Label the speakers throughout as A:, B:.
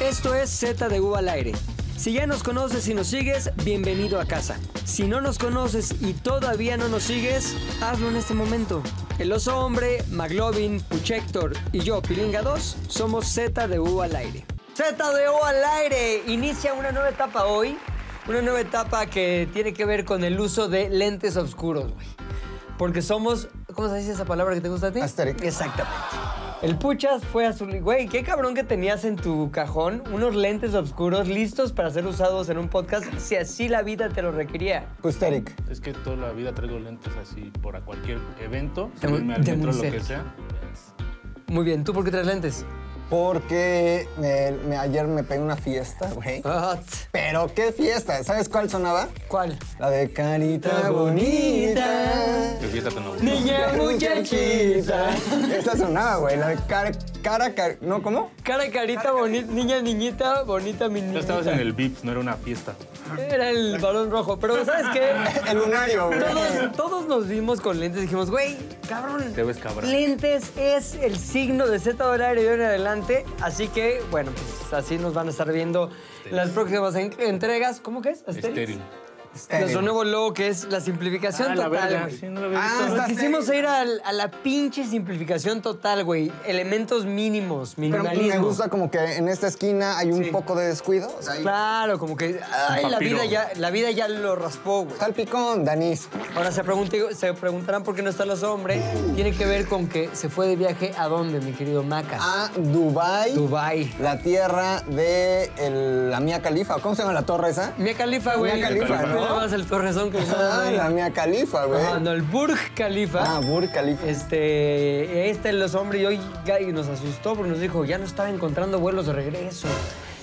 A: Esto es Z de U al aire. Si ya nos conoces y nos sigues, bienvenido a casa. Si no nos conoces y todavía no nos sigues, hazlo en este momento. El oso hombre, Maglovin, Puchector y yo, Pilinga 2, somos Z de U al aire. Z de U al aire inicia una nueva etapa hoy. Una nueva etapa que tiene que ver con el uso de lentes oscuros, güey. Porque somos. ¿Cómo se dice esa palabra que te gusta a ti?
B: Asterix.
A: Exactamente. El Puchas fue azul. Güey, qué cabrón que tenías en tu cajón unos lentes oscuros listos para ser usados en un podcast si así la vida te lo requería.
B: Custeric.
C: Es que toda la vida traigo lentes así para cualquier evento,
A: De mu-
C: subirme al
A: de
C: metro, lo
A: Munster.
C: que sea.
A: Muy bien, ¿tú por qué traes lentes?
B: Porque eh, me- ayer me pegué una fiesta, güey.
A: Ah,
B: Pero qué fiesta. ¿Sabes cuál sonaba?
A: ¿Cuál?
B: La de Carita
A: bonita.
B: Bonita.
C: De fiesta tan aburrida.
A: Niña muchachita.
B: Esa sonaba, güey. La de cara, cara, cara- ¿No? ¿Cómo?
A: Cara, carita, bonita, niña, niñita, bonita, mi
C: Tú
A: niñita.
C: estabas en el Vips, no era una fiesta.
A: Era el balón rojo, pero ¿sabes qué?
B: El lunario, güey.
A: Todos, todos nos vimos con lentes y dijimos, güey, cabrón,
C: Te ves cabrón.
A: lentes es el signo de Z del aire de hoy en adelante. Así que, bueno, pues así nos van a estar viendo las próximas en- entregas. ¿Cómo que es? ¿Asterix?
C: Estéril.
B: Eh,
A: Nuestro nuevo logo que es la simplificación
C: Ah, la
A: total,
C: verga,
A: güey.
C: sí, no lo había
B: Ah,
C: visto.
B: está-
A: Nos quisimos ir al- a, la pinche simplificación total, güey. Elementos mínimos,
B: pero
A: minimalismo.
B: me gusta como que en esta esquina hay un poco de descuido. O sea, ahí
A: Claro, como que ay, la,
C: papiro.
A: vida ya, la vida ya lo raspó, güey.
B: está el picón, Danís.
A: Ahora se, pregunte- se preguntarán por qué no están los hombres. Tiene que ver con que se fue de viaje a dónde, mi querido Macas.
C: Ah.
B: A Dubai,
A: Dubai.
B: La tierra de el- la Mía Califa. ¿Cómo se llama la torre esa?
A: Mía Califa, güey.
B: Mía Khalifa,
A: Mira
B: ¿no?
A: nada más el torrezón que
B: Ah, la
A: está
B: Mía Califa, güey.
A: Cuando el Burj Khalifa.
B: Ah, Burj Khalifa.
A: Este, este los hombres y hoy Gaby nos asustó porque nos dijo, ya no estaba encontrando vuelos de regreso.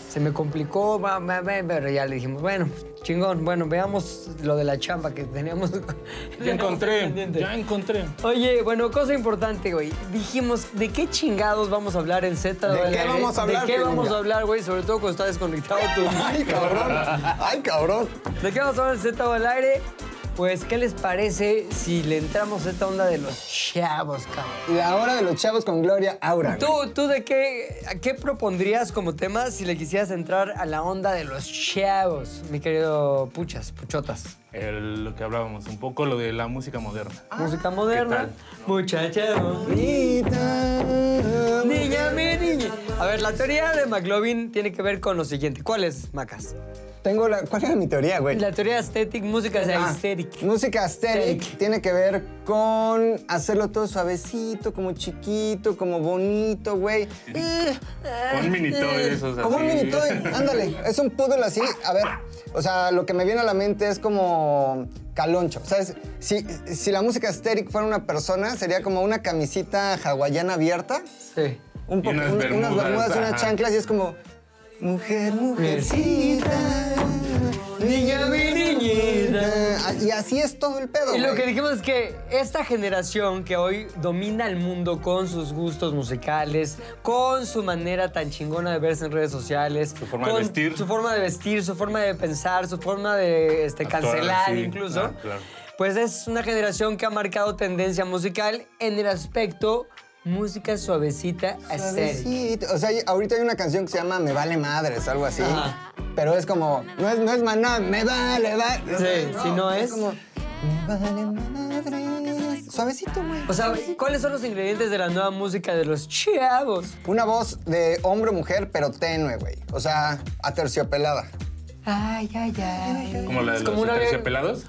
A: Se me complicó, va, va, va, pero ya le dijimos, bueno, chingón, bueno, veamos lo de la chamba que teníamos.
C: Ya encontré,
A: pendiente.
C: ya encontré.
A: Oye, bueno, cosa importante, güey. Dijimos, ¿de qué chingados vamos a hablar en Z?
B: ¿De
A: güey?
B: qué vamos a hablar,
A: ¿De qué vamos
B: Pilinga?
A: a hablar, güey? Sobre todo cuando está desconectado
B: Ay,
A: tú.
B: cabrón. Ay, cabrón.
A: ¿De qué vamos a hablar en Z o al aire? Pues, ¿qué les parece si le entramos a esta onda de los chavos, cabrón?
B: La hora de los chavos con Gloria Aura. güey.
A: ¿Tú, tú de qué, a qué propondrías como tema si le quisieras entrar a la onda de los chavos, mi querido Puchas, Puchotas?
C: El- lo que hablábamos, un poco lo de la música moderna.
A: Música moderna,
C: tal?
A: muchacha
B: Bonita.
A: Niña, mi niña. A ver, la teoría de McLovin tiene que ver con lo siguiente. ¿Cuál es, Macas?
B: Tengo la. ¿Cuál era mi teoría, güey?
A: La teoría aesthetic, música de
B: Ah,
A: aesthetic.
B: Música aesthetic
A: Aesthetic.
B: tiene que ver con hacerlo todo suavecito, como chiquito, como bonito, güey. Eh, eh,
C: Un mini toy de esos
B: Como un
C: así.
B: mini toy, ándale. Es un poodle así. A ver, o sea, lo que me viene a la mente es como caloncho. ¿Sabes? Si, si la música aesthetic fuera una persona, sería como una camisita hawaiana abierta.
A: Sí.
B: un
C: Y
B: poco,
C: unas
B: un- unas
C: bermudas,
B: bermudas,
C: ajá.
B: unas chanclas y es como mujer, mujercita, niña, mi niñita. Ah, Y así es todo el pedo.
A: Y lo
B: güey.
A: que dijimos es que esta generación que hoy domina el mundo con sus gustos musicales, con su manera tan chingona de verse en redes sociales, su
C: forma de vestir.
A: su forma de vestir, su forma de pensar, su forma de este,
C: Actuar,
A: cancelar
C: sí.
A: incluso,
C: Ah, claro.
A: pues es una generación que ha marcado tendencia musical en el aspecto música suavecita, aesthetic.
B: Suavecito. O sea, hay- ahorita hay una canción que se llama Me vale madres, algo así.
A: Ajá.
B: Pero es como, no es, no es maná, me vale, vale.
A: Sí, si no es.
B: como, me vale madres. Suavecito, güey.
A: O sea, ¿cuáles son los ingredientes de la nueva música de los chavos?
B: Una voz de hombre o mujer, pero tenue, güey. O sea, aterciopelada.
A: Ay, ay, ay.
C: Como la de
A: Es como
C: los
A: una-
C: terciopelados.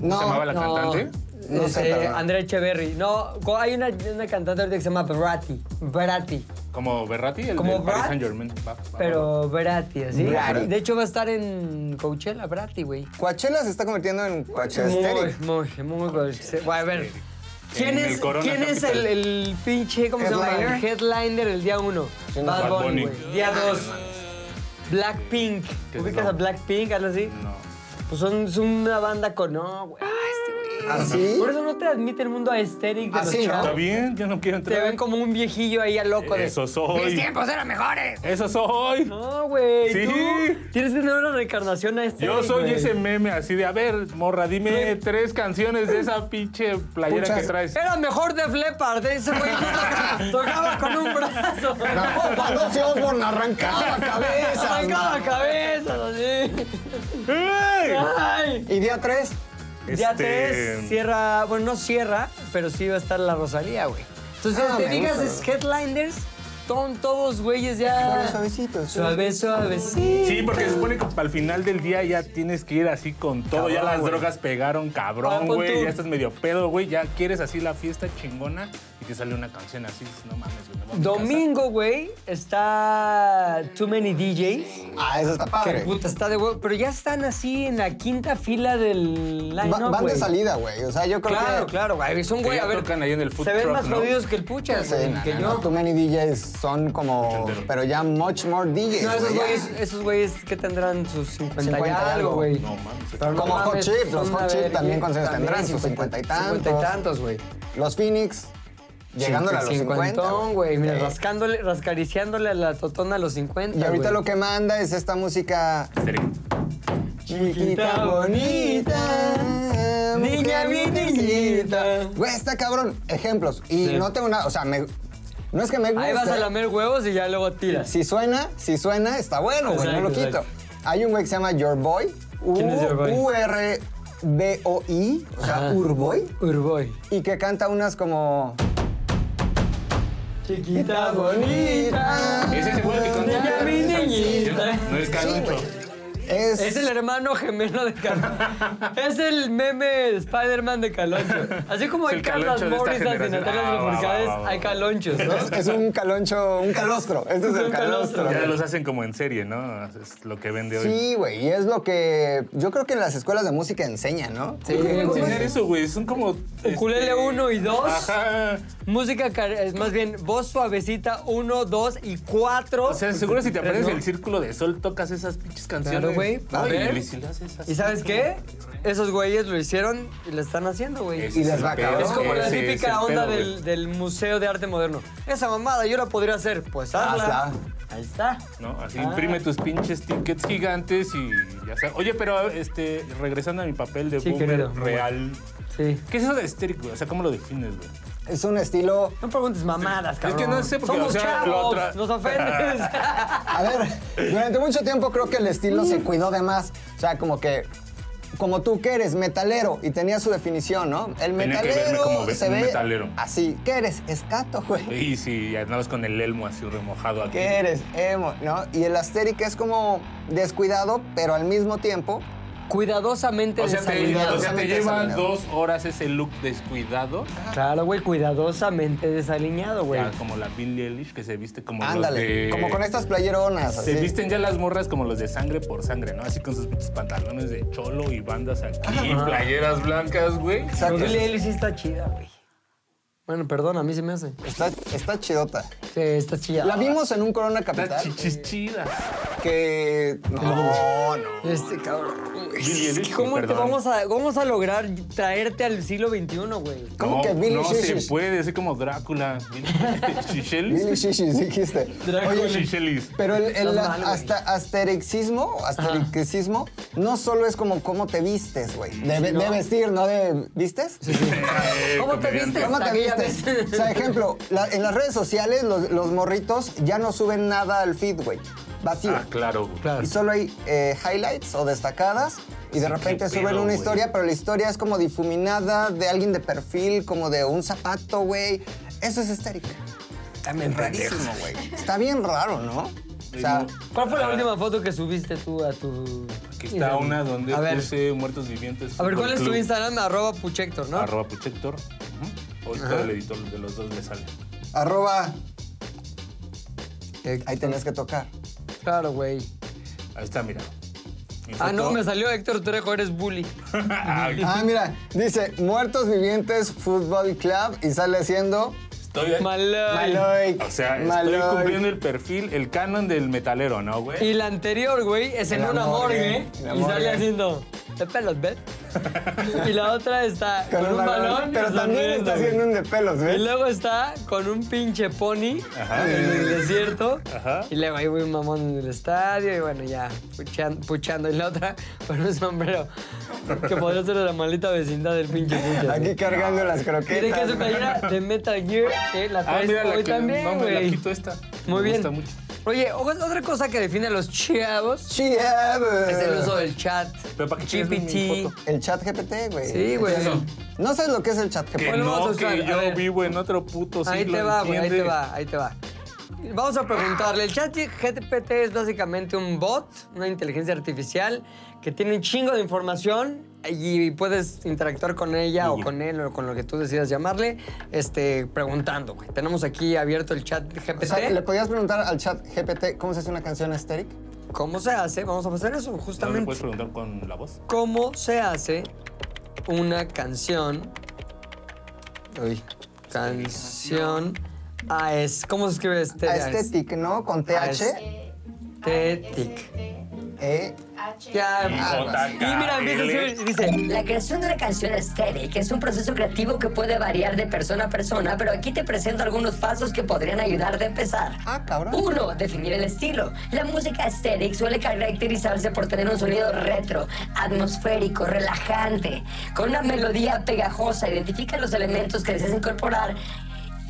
B: No.
C: ¿Se llamaba la
A: No,
C: cantante?
B: No
A: este,
B: sé, cabrón.
A: Andrea Echeverry. No, co- hay una, una cantante ahorita que se llama Brati. Brati.
C: Como Berrati, el
A: Como
C: de Paris
A: Brat,
C: Saint Germain. Va- va- va.
A: Pero Brati, así.
B: Brati.
A: De hecho, va a estar en Coachella, Brati, güey.
B: Coachella se está convirtiendo en Coachella
A: Muy,
B: Aesthetic.
A: muy, muy. Bueno, a ver. ¿Quién
C: En el
A: es,
C: Corona
A: ¿quién es el,
C: Capital.
A: el pinche, cómo se llama? El
B: Headliner.
A: headliner el día uno.
B: Sí, no.
A: Bad
C: Bad
A: Bunny,
C: Bunny. Ah,
A: güey. Día dos. Blackpink.
C: Que
A: ¿Ubicas
C: no.
A: a Blackpink? Algo así.
C: No.
A: Pues son, es una banda con. No, güey. Ah, este güey.
B: Así.
A: Por eso no te admite el mundo estéril de
B: Así,
A: los
B: Ah, ¿no?
A: chavos.
C: Está bien, yo no quiero entrar.
A: Te ven como un viejillo ahí a loco de...
C: Eso soy.
D: eran mejores.
C: Eso soy.
A: No, güey.
C: Sí.
A: tú Tienes que tener una reencarnación a este.
C: Yo soy
A: güey.
C: ese meme así de, a ver, morra, dime tres canciones de esa pinche playera
B: Pucha.
C: que traes.
A: Era mejor de Leppard, ese güey no tocaba, tocaba con un brazo.
B: No, cuando Ozzy Osbourne arrancaba cabezas.
A: Arrancaba cabezas, así.
C: ¡Ey!
A: Ay.
B: Y día 3,
A: Día
C: Este,
A: tres, cierra, bueno, no cierra, pero sí va a estar la Rosalía, güey. Entonces,
B: Ah,
A: te
B: me
A: digas,
B: gusta.
A: es headliners, son todos güeyes ya...
B: suavecitos.
A: Suave, suavecito.
C: Sí, porque se supone que al final del día ya tienes que ir así con todo. ya
B: Cabrón,
C: las
B: güey.
C: drogas pegaron,
A: Ah,
C: cabrón,
A: pon tú.
C: güey. Ya estás medio pedo, güey. Ya quieres así la fiesta chingona y te sale una canción así. dices, No mames, güey. me voy a mi
A: Domingo, güey, está Too Many DJs.
B: Ah, eso está
A: Que
B: padre.
A: puta, está de huevo. Pero ya están así en la quinta fila del
B: Va-
A: line
B: van de salida, güey. O sea, yo creo
A: Claro,
B: que.
A: claro, güey. Son güey,
C: ya
A: a ver.
C: tocan ahí en el food
A: se ven
C: truck,
A: más
C: ¿no?
A: jodidos que el puchas,
B: Sí,
A: güey,
B: no,
A: que
B: no,
A: yo.
B: no, Too many DJs son como. Pero ya much more DJs.
A: No, esos
B: güey, ya.
A: güeyes, esos güeyes que tendrán sus 50, y
B: 50 y
A: algo,
B: algo.
A: güey.
C: No mames.
A: Pero no
B: Como Hot
A: mames,
B: Chip, los
A: son
B: Hot
A: una
B: Chip
A: verga,
B: también con- tendrán sus 50 y
A: 50 y
B: tantos.
A: tantos, güey.
B: Los Phoenix, llegándole a los 50.
A: Cincuentón, güey. Mira,
B: Sí.
A: rascándole, rascariciándole a la totona a los 50.
B: Y ahorita
A: güey.
B: lo que manda es esta música.
C: casa.
B: Chiquita bonita.
A: Niña,
B: mujer
A: mi
B: niñita.
A: niñita.
B: Güey, está cabrón. Ejemplos. Y no tengo nada. O sea, me- no es que me guste.
A: Ahí vas a lamer huevos y ya luego tiras.
B: Si suena, si suena, está bueno, güey, no
A: Exacto,
B: lo quito.
A: exacto.
B: Hay un güey que se llama Your Boy.
A: ¿Quién es Your Boy?
B: U-R-B-O-I, o sea,
A: Ajá.
B: Urboy.
A: Urboy.
B: Y que canta unas como...
A: Chiquita bonita.
C: Es ese güey que
A: Niña, mi niñita.
C: No es
B: Sí,
C: Carloncho.
B: güey. Es,
A: Es el hermano gemelo de Carlos. es el meme de Spider-Man de Caloncho. Así como
C: Es
A: hay
C: el
A: Carlos
C: Caloncho de esta
A: Morisas y
C: generación.
A: Natalia
C: Ah, va, va,
A: Lafourcades,
C: va, va.
A: hay Calonchos, ¿no?
B: es un caloncho, un calostro. Este es,
A: Es
B: el
A: un calostro.
B: calostro.
C: Ya
B: güey.
C: los hacen como en serie, ¿no? Es lo que vende hoy.
B: Sí, güey, y es lo que yo creo que en las escuelas de música enseñan, ¿no?
A: Sí,
B: Porque-
A: güey.
C: Enseñar eso, güey. Son como.
A: Ukulele
C: este,
A: uno y dos.
C: Ajá.
A: Música, car- es más bien, voz suavecita, uno, dos y cuatro.
C: O sea, seguro si te
A: Tres,
C: aparece
A: ¿no?
C: el círculo de sol, tocas esas pinches canciones.
A: Claro, güey. A
C: Ay,
A: ver.
C: Y si lo haces así.
A: ¿Y sabes qué? Esos güeyes lo hicieron y lo están haciendo, güey.
C: Ese
B: Y les
C: el
B: va a
C: pedo,
B: acabar.
A: Es como la
C: ese es el
A: típica onda
C: pedo,
A: del,
C: güey.
A: del Museo de Arte Moderno. Esa mamada yo la podría hacer. Pues hazla.
B: Hazla.
A: Ahí está.
C: ¿no? Así
A: Ah.
C: imprime tus pinches tickets gigantes y ya sabes. Oye, pero este, regresando a mi papel de
A: Sí,
C: boomer
A: querido.
C: real.
A: Sí.
C: ¿Qué es eso de estérico? güey? O sea, ¿cómo lo defines, güey?
B: Es un estilo...
A: No preguntes mamadas, cabrón.
C: Este, que no sé, porque,
A: Somos
C: o sea, lo
A: chavos,
C: otra-
A: nos ofendes.
B: A ver, durante mucho tiempo creo que el estilo se cuidó de más. O sea, como que. Como tú que eres metalero y tenía su definición, ¿no? El
C: Tenía que verme
B: metalero
C: como ve-
B: se
C: un
B: ve
C: metalero.
B: así. ¿Qué eres? Escato, güey.
C: Y si andabas con el elmo así remojado aquí.
B: ¿Qué eres? Emo, ¿no? Y el asteric es como descuidado, pero al mismo tiempo.
A: Cuidadosamente
C: O sea, te,
A: desalineado.
C: o sea, te
B: Totalmente
C: lleva
B: desalineado.
C: dos horas ese look descuidado.
A: Claro, güey, cuidadosamente desalineado, güey.
C: Ya, como la Billie Eilish que se viste como los
B: Ándale.
C: de-
B: Como con estas playeronas.
C: Se
B: así.
C: visten ya las morras como los de sangre por sangre, ¿no? Así con sus pinches pantalones de cholo y bandas aquí, playeras blancas, güey.
A: Pero
B: Exacto.
A: Billie Eilish sí está chida, güey. Bueno, perdón, a mí se me hace.
B: Está, está chidota.
A: Sí, está chida.
C: Ah.
B: La vimos en un Corona Capital
C: Estas chichis chidas.
B: que. No, no.
A: Este cabrón. güey.
C: Billie Eilish,
A: ¿Cómo te
C: perdón.
A: vamos a, vamos a lograr traerte al siglo XXI, güey?
B: ¿Cómo
C: no,
B: que Billie
C: No
B: Eilish?
C: se puede, soy como Drácula.
B: Billy
C: Chichelis.
B: Shishi, dijiste.
A: Drácula.
C: Chichelis.
B: Pero el, el
A: Estás mal, güey.
B: hasta, asterixismo, astericismo, no solo es como cómo te vistes, güey. De, ve- de vestir, no de. ¿Vistes?
A: ¿Cómo te
C: Eh, comediante.
A: viste?
B: ¿Cómo te
A: Aquella vez.
B: vistes? O sea, ejemplo, la- en las redes sociales los, los morritos ya no suben nada al feed, güey. Vacío.
C: Ah, claro, güey.
A: Claro.
B: Y solo hay eh, highlights o destacadas y de repente
C: qué
B: suben
C: pedo,
B: una
C: güey.
B: historia, pero la historia es como difuminada de alguien de perfil, como de un zapato, güey. Eso es estérico.
A: También
B: Rarísimo, güey. Está bien raro, ¿no? O sea,
A: ¿Cuál fue la última foto que subiste tú a tu.
C: Aquí ah, está una donde
A: A ver.
C: puse muertos vivientes.
A: A ver,
C: Fútbol
A: ¿cuál es tu
C: Club,
A: Instagram? Arroba Puchector, ¿no?
C: Arroba Puchector. Ujú. Ahorita el editor de los dos le sale.
B: arroba. eh,
A: Héctor.
B: Ahí tenés que tocar.
A: Claro, güey.
C: Ahí está, mira. Mi
A: Ah,
C: foto.
A: no, me salió Héctor Trejo, eres bully.
C: Ay,
B: Ah, mira, dice Muertos Vivientes Fútbol Club y sale haciendo
C: Estoy
A: Malay.
B: Maloik.
C: O sea,
B: Maloik.
C: estoy cumpliendo el perfil, el canon del metalero, ¿no, güey?
A: Y la anterior, güey, es en
B: La
A: una morgue.
B: morgue, la
A: y sale
B: morgue.
A: haciendo. ¿Te pelos, Bet? Y la otra está con, un balón.
B: Pero
A: y
B: también
A: sonriendo,
B: está
A: güey.
B: haciendo un de pelos,
A: Y
B: ¿ves?
A: luego está con un pinche pony en el desierto.
C: Ajá.
A: Y luego ahí voy un mamón en el estadio. Y bueno, ya puchan- puchando. Y la otra con un sombrero. Que podría ser de la maldita vecindad del pinche pucha.
B: Aquí cargando las
A: Y de que
B: croquetas.
A: su playera de Metal Gear, que la
C: Ah,
A: traes
C: mira, la
A: pues, hoy
C: que no,
A: también,
C: me la
A: güey.
C: quito esta.
A: Muy
C: Me
A: bien.
C: gusta mucho.
A: Oye, o- otra cosa que define a los chavos
B: Chieve.
A: es el uso del chat,
C: Pero ¿para qué quieres ver mi
A: GPT.
C: foto?
B: El chat GPT, güey.
A: Sí, güey.
C: ¿Qué es eso?
B: ¿No sabes lo que es el chat GPT?
C: Que
A: Bueno, vamos a
C: no,
A: usar,
C: que
A: a
C: yo
A: ver.
C: vivo en otro puto siglo.
A: Ahí te va, güey, ahí te
C: ¿entiendes?
A: va, ahí te va. Vamos a preguntarle, el chat GPT es básicamente un bot, una inteligencia artificial que tiene un chingo de información y puedes interactuar con ella o con él o con lo que tú decidas llamarle, este, preguntando, güey. Tenemos aquí abierto el chat GPT.
B: O sea, ¿le podías preguntar al chat GPT cómo se hace una canción estéril?
A: ¿Cómo se hace? Vamos a hacer eso,
C: ¿No me
A: justamente.
C: puedes preguntar con la voz?
A: ¿Cómo se hace una canción? Uy, canción a es. ¿Cómo se escribe este?
B: Aesthetic, ¿no? Con TH.
A: Tetic.
B: E.
A: Ya. pues,
C: Ah,
A: Y mira, empieza a escribir y dice.
D: La creación de una canción estéril, que es un proceso creativo que puede variar de persona a persona, pero aquí te presento algunos pasos que podrían ayudar de empezar.
B: Ah, cabrón.
D: 1. Definir el estilo. La música aesthetic suele caracterizarse por tener un sonido retro, atmosférico, relajante, con una melodía pegajosa. Identifica los elementos que deseas incorporar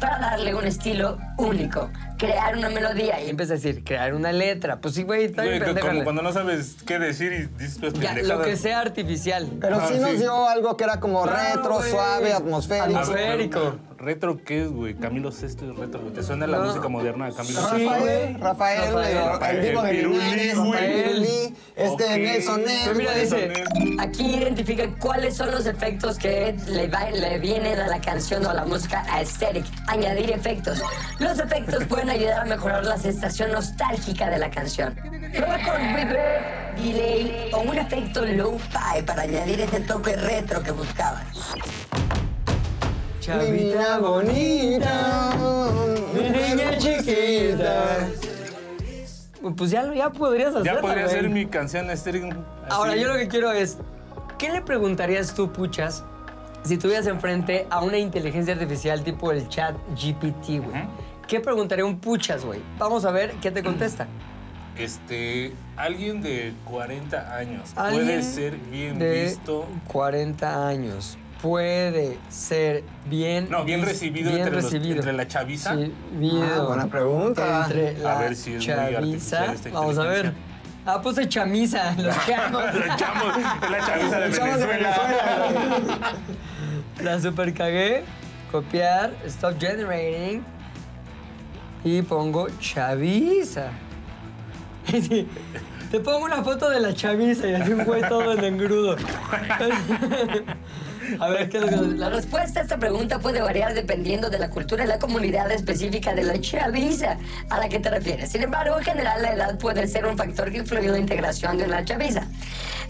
D: para darle un estilo único. Crear una melodía
A: Y
D: y
A: empieza a decir, crear una letra. Pues sí, güey, está bien
C: Güey, que
A: pendeja
C: como
A: la-
C: cuando no sabes qué decir y dices pues
A: Ya, lo que sea artificial.
B: Pero
C: Ah,
B: sí, nos
C: sí.
B: dio algo que era como
A: Claro,
B: retro,
A: güey.
B: suave, atmosférico.
A: Atmos- Esférico.
C: ¿Retro qué es, güey? Camilo Sesto es retro, güey. ¿Te suena la
A: No.
C: música moderna de Camilo
A: Sí,
C: Sesto?
A: güey.
B: Rafael, Rafael,
A: Rafael.
B: eh,
C: Rafael,
B: el Diego de
C: Pirulí,
B: Linares,
C: güey.
B: Rafael Pirulí, este
C: Ok.
B: Nelson
A: Pero
B: Ned,
A: mira,
B: güey.
A: dice.
D: Aquí identifica cuáles son los efectos que le, va- le vienen a la canción o a la música aesthetic. Añadir efectos. Los efectos pueden ayudar a mejorar la sensación nostálgica de la canción. Prueba con reverb, delay o un efecto low-fi para añadir ese toque retro que buscabas.
B: Mi niña
A: Chavita
B: bonita,
A: Mi niña chiquita. Pues ya, lo- ya podrías hacerlo.
C: Ya podría ser mi canción estéril.
A: Ahora, yo lo que quiero es, ¿qué le preguntarías tú, Puchas, si tuvieras enfrente a una inteligencia artificial tipo el chat GPT, güey? ¿Qué preguntaría un Puchas, güey? Vamos a ver qué te contesta.
C: Este, alguien de 40 años
A: Alguien
C: puede ser bien
A: de
C: visto.
A: 40 años. Puede ser bien...
C: No, bien
A: vis-
C: recibido,
A: bien
C: entre, los-
A: recibido.
C: entre la chaviza.
A: Sí, bien.
B: Ah, buena pregunta.
A: Entre
C: A
A: la
C: ver si es muy
A: chaviza.
C: artificial esta
A: Vamos a ver.
C: inteligencia.
A: Ah, puse chamisa, los chamos.
C: La chamos, es la chaviza de
B: Chavos de
C: Venezuela.
B: Venezuela, güey.
A: La super cagué. Copiar, stop generating. Y pongo chaviza. Y sí, Te pongo una foto de la chaviza y así un güey todo en engrudo. A ver, ¿qué es lo que-
D: La respuesta a esta pregunta puede variar dependiendo de la cultura y la comunidad específica de la chaviza a la que te refieres. Sin embargo, en general, la edad puede ser un factor que influye en la integración de la chaviza.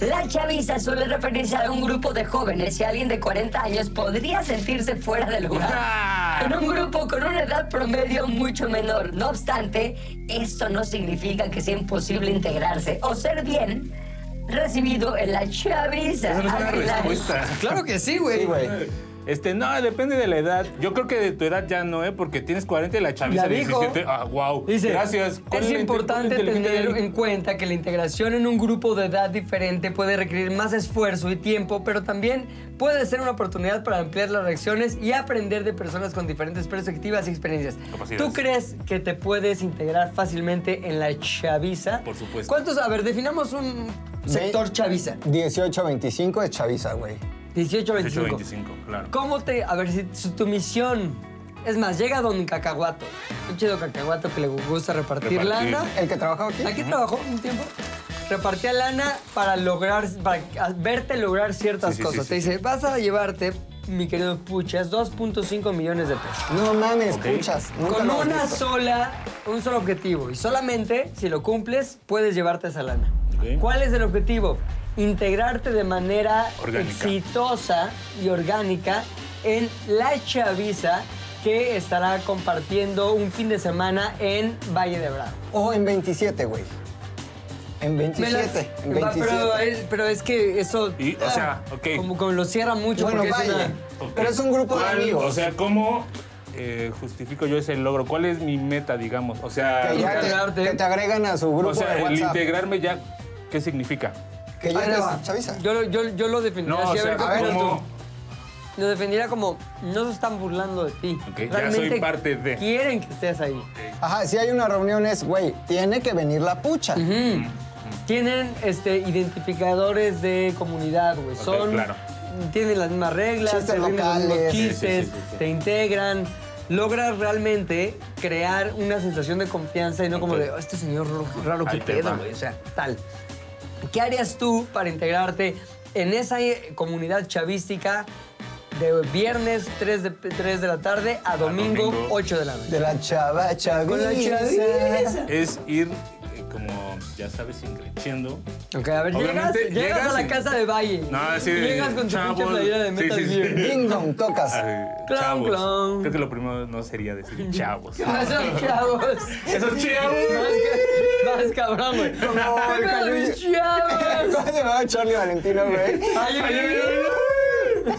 D: La chaviza suele referirse a un grupo de jóvenes y alguien de 40 años podría sentirse fuera del lugar. En un grupo con una edad promedio mucho menor. No obstante, esto no significa que sea imposible integrarse o ser bien recibido en la chaviza.
C: Esa no es una
D: Al final,
C: respuesta.
A: Claro que sí, güey.
B: Sí, güey.
C: Este, no, depende de la edad. Yo creo que de tu edad ya no, ¿eh? Porque tienes 40 y la chaviza
A: Ya
C: de
A: dijo.
C: 17. Ah, wow.
A: Dice,
C: Gracias. ¿Cuál
A: Es
C: la inte-
A: importante
C: cuál la inteligencia
A: tener
C: del-
A: en cuenta que la integración en un grupo de edad diferente puede requerir más esfuerzo y tiempo, pero también puede ser una oportunidad para ampliar las reacciones y aprender de personas con diferentes perspectivas y experiencias.
C: Capacidades.
A: ¿Tú crees que te puedes integrar fácilmente en la chaviza?
C: Por supuesto.
A: ¿Cuántos? A ver, definamos un sector chaviza.
B: 18, 25 es chaviza, güey.
A: 18, 25.
C: 18-25, claro.
A: ¿Cómo te.? A ver, si tu, tu misión. Es más, llega Don Cacahuato. Un chido cacahuato que le gusta repartir,
C: Repartir.
A: lana.
B: El que trabajaba aquí.
A: Aquí trabajó un tiempo. Repartía lana para lograr, para verte lograr ciertas
C: Sí, sí,
A: cosas.
C: sí,
A: Te
C: sí,
A: dice, vas a llevarte, mi querido Puchas, 2.5 millones de pesos.
B: No mames,
C: Ok.
B: puchas. Nunca
A: Con
B: lo has
A: una
B: visto.
A: sola, un solo objetivo. Y solamente, si lo cumples, puedes llevarte esa lana.
C: Ok.
A: ¿Cuál es el objetivo? Integrarte de manera
C: Orgánica.
A: exitosa y orgánica en La Chaviza, que estará
B: Oh,
A: compartiendo un fin de semana en Valle de Bravo.
B: O en 27, güey. En 27. En
A: Va,
B: 27.
A: Pero es, pero es que eso. ah,
C: Y, o sea, ok.
A: Como, como lo cierra mucho
B: Bueno,
A: porque es
B: vaya.
A: una.
C: Ok.
B: Pero es un grupo de
C: ¿Cuál-
B: amigos.
C: O sea, ¿cómo eh, justifico yo ese logro? ¿Cuál es mi meta, digamos? O sea,
B: que, ya
A: integrarte.
B: te, que te agregan a su grupo
C: o sea
B: de
C: el
B: WhatsApp.
C: integrarme ya, ¿qué significa?
B: Que ya
A: Ahí le va.
B: eres chaviza.
A: Yo, lo- yo, yo lo defendiría
C: No, o
A: así,
C: sea,
A: a ver, ¿qué opinas
C: ¿cómo?
A: tú? Lo defendiría como, no se están burlando de ti.
C: Ok, ya
A: Realmente
C: soy parte de.
A: Quieren que estés ahí.
B: Ajá, si hay una reunión es, güey, tiene que venir la pucha.
A: Mm. Tienen este, identificadores de comunidad, güey.
C: Ok,
A: Son.
C: claro.
A: Tienen las mismas reglas,
B: Chistes
A: te rinden los mismos
B: locales.
A: chistes,
C: Sí, sí, sí, sí, sí.
A: te integran. Logras realmente crear una sensación de confianza y no como
C: Ok.
A: de, "Oh, este señor ro- raro que
C: Ahí te
A: pedo,
C: va.
A: güey. O sea, tal. ¿Qué harías tú para integrarte en esa eh, comunidad chavística de viernes 3 de, 3 de la tarde a domingo,
C: domingo.
A: 8 de la noche?
B: De la chava chaviza.
A: Con la chaviza.
C: Es ir, eh, como ya sabes, increciendo.
A: Ok, a ver, llegas,
C: Obviamente,
A: llegas,
C: llegas
A: a la
C: y-
A: casa de Valle.
C: No, así de-
A: Llegas con tu pinche
C: chavos,
A: playera de
C: sí,
A: Metal
C: sí, sí.
A: Gear.
B: Ding dong, tocas.
A: Clon,
C: chavos.
A: clon.
C: Creo que lo primero no sería decir chavos.
A: Esos chavos.
C: Esos chavos.
A: Más, ca- más cabrón, güey.
B: Como el
A: ¿Qué pedo,
B: Calvillo.
A: mis chavos?
B: ¿Cómo se llamaba Charlie Valentino, güey?
A: Ay, ay, ay.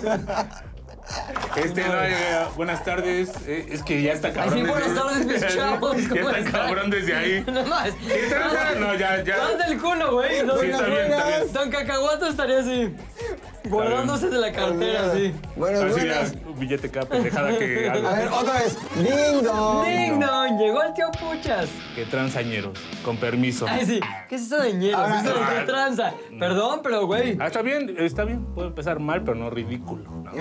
C: Este, no, eh, buenas tardes. Eh, es que ya está cabrón.
A: Así, buenas
C: desde-
A: tardes, mis chavos.
C: Ya
A: ¿cómo
C: está
A: están?
C: cabrón desde ahí.
A: No más.
C: ¿Qué tal? No, ya, ya.
A: Más del culo, güey. Don,
C: Sí, está bien, está bien.
A: Don Cacahuato estaría así, guardándose de la cartera, así.
B: Bueno,
C: Así ya,
B: buenas.
C: un billete cada pendejada que
B: A ver, otra vez. Ding dong.
A: Ding dong, llegó el tío Puchas.
C: Que transañeros, con permiso.
A: Ay, sí. ¿Qué es eso de ñeros?
B: Ahora-
C: Ah,
A: Eso es de
C: Ahora-
A: tranza. Perdón, pero, güey.
C: Ah, está bien, está bien. Puede empezar mal, pero no ridículo. ¿no?
B: Ok.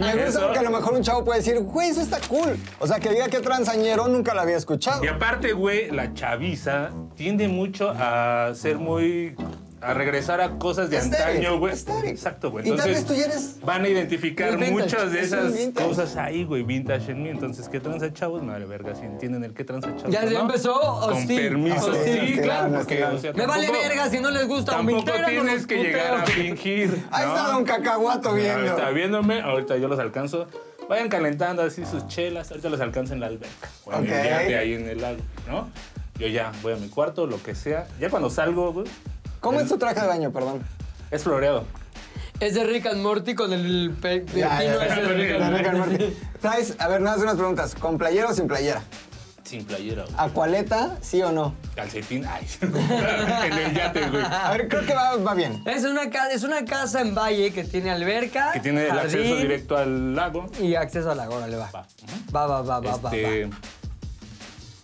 B: Me gusta
C: Eso.
B: porque a lo mejor un chavo puede decir, güey, eso está cool. O sea, que diga que transañero nunca la había escuchado.
C: Y aparte, güey, la chaviza tiende mucho a ser muy. a regresar a cosas de
B: Estéril,
C: antaño, güey.
B: estéril.
C: Exacto, güey.
B: Y tal vez
C: Entonces,
B: tú ya eres-
C: van a identificar
A: Muy vintage,
C: muchas de
B: es un
C: esas
B: vintage.
C: cosas ahí, güey, vintage en mí. Entonces, ¿qué tranza, chavos? Madre verga, si entienden el qué tranza, chavos.
A: Ya
C: ¿no?
A: se empezó,
C: Con
A: hostil,
C: permiso.
A: hostil.
C: Sí, claro,
B: Hostilando,
C: porque,
B: hostilando.
C: o sea,
A: Me vale
C: tampoco-
A: verga si no les gusta. o me
C: Tampoco
A: integran o
C: tienes
A: los
C: que llegar a
A: puteo.
C: fingir.
B: Ahí
C: ¿no?
B: está don Cacahuato viendo.
C: Ahorita viéndome, ahorita yo los alcanzo. Vayan calentando así sus chelas, ahorita los alcanzo en la alberca. Bueno,
B: Ok.
C: ya ahí en el lago, ¿no? Yo ya voy a mi cuarto, lo que sea. Ya cuando salgo, güey,
B: ¿Cómo es tu traje de baño, perdón?
C: es floreado.
A: Es de Rick and Morty con el pe-
B: Ya,
A: pepino
B: ya,
A: ese de
C: ya,
A: Rick
C: ya,
A: and
B: La
A: Morty.
B: Rick and Morty. Traes, a ver, nada más unas preguntas. ¿Con playera o sin playera?
C: Sin playera, güey.
B: ¿Acualeta, sí o no?
C: Calcetín, ay. en el yate, güey.
B: A ver, creo que va, va bien.
A: Es una, ca- es una casa en Valle que tiene alberca,
C: Que tiene el
A: jardín
C: acceso directo al lago.
A: y acceso a la gora, le va.
C: Va.
A: Va, va, va, va, va,
C: Este.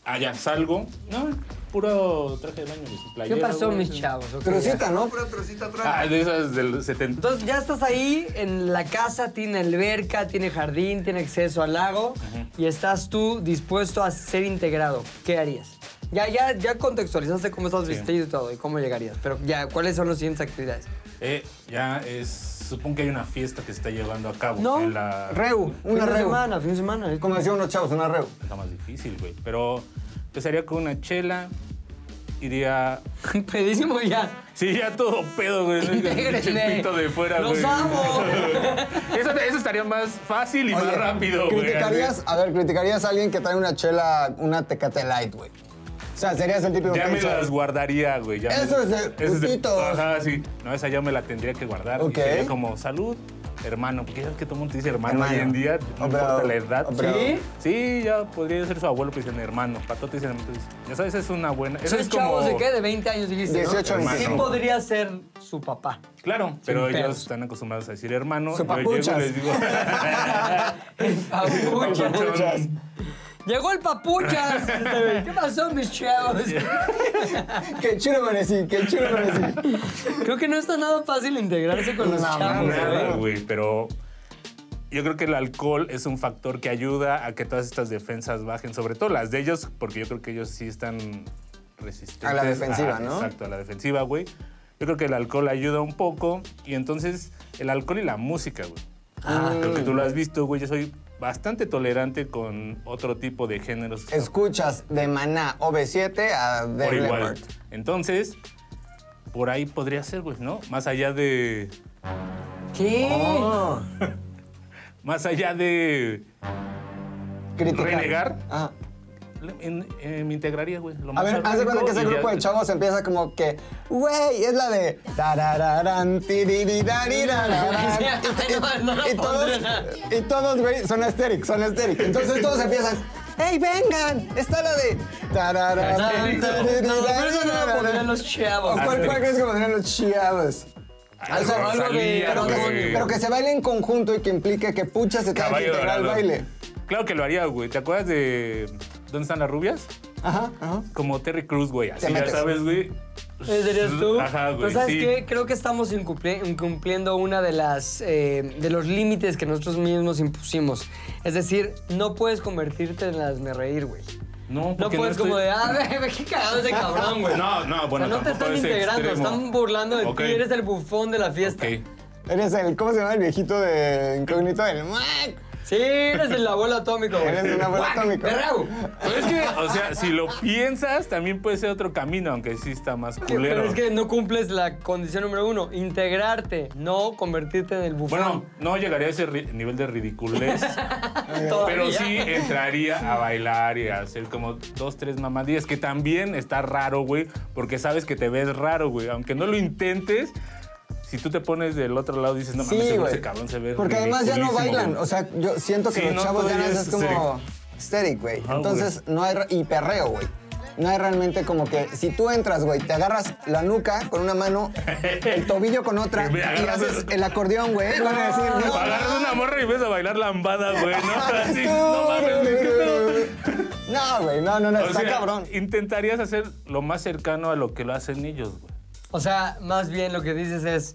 C: Allá salgo. No, puro traje de baño, güey, sin
A: va.
C: playera.
A: ¿Qué pasó,
C: güey.
A: mis chavos? Ok, ya.
B: Trucita, ¿no? Pero trucita
C: Ah, de esas del 70.
A: Entonces ya estás ahí en la casa, tiene alberca, tiene jardín, tiene acceso al lago y estás tú dispuesto a ser integrado. ¿Qué harías? Ya, ya, ya contextualizaste cómo estás vestido y todo y cómo llegarías, pero ya, ¿cuáles son las siguientes actividades?
C: Eh, ya es. Supongo que hay una fiesta que se está llevando a cabo.
A: No.
C: En la,
B: Reu,
A: fin
B: una
A: de
B: reu.
A: semana, fin de semana.
B: Como decían unos chavos, una reu.
C: está más difícil, güey. Pero empezaría con una chela. Iría.
A: Pedísimo ya.
C: Sí, ya todo pedo, güey.
A: Intégrenme.
C: El pito de fuera,
A: Los
C: güey.
A: amo.
C: eso, eso estaría más fácil y más
B: Oye,
C: rápido, güey.
B: ¿Criticarías, a ver, criticarías a alguien que trae una chela, una Tecate Light, güey? O sea, serías el típico
C: Ya
B: que
C: me
B: dice,
C: las guardaría, güey. ya me-
B: Eso es de
C: eso
B: putitos.
C: Ajá, sí. No, esa yo me la tendría que guardar.
B: Ok.
C: Y sería como salud, hermano. Porque ya ves que todo el mundo te dice hermano,
B: Hermano.
C: hoy en día, no
B: Oh,
C: importa
B: bravo.
C: la edad.
B: Oh, bravo.
A: ¿Sí?
C: Sí, ya podría ser su abuelo, pues dicen hermano. Pato te dicen hermano. entonces, Ya sabes, es una buena. Eso
A: Soy
C: es
A: chavos
C: como.
A: de qué? De 20 años dijiste. ¿no?
B: 18
A: Sí
C: hermano.
A: podría ser su papá.
C: Claro, pero ellos
A: pedos.
C: están acostumbrados a decir hermano.
B: Su
C: yo llego y
B: papuchas.
C: les digo.
A: Papuchas.
B: Papuchas.
A: Llegó el papuchas. Este, güey, ¿Qué pasó, mis chavos?
B: Qué chulo amanecí, qué chulo amanecí.
A: Creo que no está nada fácil integrarse con los
B: No,
A: chavos.
B: no,
A: güey.
C: Nada, güey, pero yo creo que el alcohol es un factor que ayuda a que todas estas defensas bajen, sobre todo las de ellos, porque yo creo que ellos sí están resistentes.
B: A la defensiva, ¿no?
C: Exacto, a la defensiva, güey. Yo creo que el alcohol ayuda un poco y entonces el alcohol y la música, güey. Creo que tú lo has visto, güey. Yo soy bastante tolerante con otro tipo de géneros.
B: Escuchas de Maná OV7 a
C: por
B: Def
C: igual.
B: Leppard.
C: Entonces, por ahí podría ser, güey, ¿no? Más allá de
A: ¿Qué?
B: Oh,
C: más allá de
B: criticar.
C: renegar,
B: Ah,
C: en- en- me integraría, güey.
B: A
C: Lo más
B: ver, haz de cuenta
C: orgánico
B: que ese
C: y ya,
B: grupo de
C: güey.
B: chavos empieza como que, güey, es la de. tarararán, tiririrarirararán".
E: No, no lo
B: Y todos,
E: pondría.
B: y todos, güey, son Asterix, son Asterix. Entonces todos empiezan, ¡hey, vengan! Está la de. tarararán,
E: No, no, no, pero eso no lo pondrían los
B: ¿O
E: chavos.
B: ¿Cuál cuál crees que pondrían los chavos?
C: Ay,
B: Algo- algo
C: Rosalía,
B: Pero que, se,
C: güey.
B: pero que se baile en conjunto y que implique que pucha se tenga que
C: Caballo
B: integrar al
C: dorado.
B: baile.
C: Claro que lo haría, güey. ¿Te acuerdas de dónde están las rubias?
B: Ajá, ajá.
C: Como Terry Cruz, güey. Así
B: Te
C: ya
B: metes.
C: sabes, güey. Pues,
A: ¿Ese ¿Serías tú?
C: Ajá, güey.
A: Pero ¿sabes
C: sí.
A: qué? Creo que estamos incumpli- incumpliendo una de las eh, de los límites que nosotros mismos impusimos. Es decir, no puedes convertirte en las me reír, güey.
C: No,
A: No
C: porque
A: puedes
C: estoy-
A: como de, ah, ve, ve, qué cagado ese cabrón, güey.
C: No, no, bueno,
A: o sea, no te
C: tampoco
A: están
C: ese
A: integrando,
C: extremo.
A: están burlando de
C: Ok.
A: ti, eres el bufón de la fiesta.
C: Ok.
B: Eres el, ¿cómo se llama el viejito de incógnito? El Mac.
A: Sí, eres el abuelo atómico, güey.
B: Eres un abuelo
A: Guac,
B: atómico.
A: perrao.
C: Pero es que, o sea, si lo piensas, también puede ser otro camino, aunque sí está más
A: Que-
C: culero.
A: Pero es que no cumples la condición número uno, integrarte, no convertirte en el
C: Bueno,
A: bufón.
C: no llegaría a ese ri- nivel de ridiculez,
A: Todavía.
C: pero sí entraría a bailar y a hacer como dos, tres mamadillas, que también está raro, güey, porque sabes que te ves raro, güey. Aunque no lo intentes, si tú te pones del otro lado dices, no mames,
B: Sí,
C: seguro
B: güey.
C: ese cabrón se ve
B: Porque además ya no
C: ridiculísimo,
B: bailan.
C: güey".
B: O sea, yo siento que
C: Sí,
B: los
C: no,
B: chavos ya nada
C: todavía
B: más
C: es
B: es como aesthetic, güey.
C: Ajá,
B: Entonces no hay. re- Y perreo, güey. No hay realmente como que si tú entras, güey, te agarras la nuca con una mano, el tobillo con otra
C: Y me
B: y
C: agarras-
B: haces el acordeón, güey. Van a decir, no, Ah,
C: Agarras una morra y ves a bailar lambada, güey, ¿no? Así, no mames, ¿de qué pedo?
B: No, güey, no, no, no,
C: O
B: está
C: sea,
B: cabrón.
C: Intentarías hacer lo más cercano a lo que lo hacen ellos, güey.
A: O sea, más bien lo que dices es,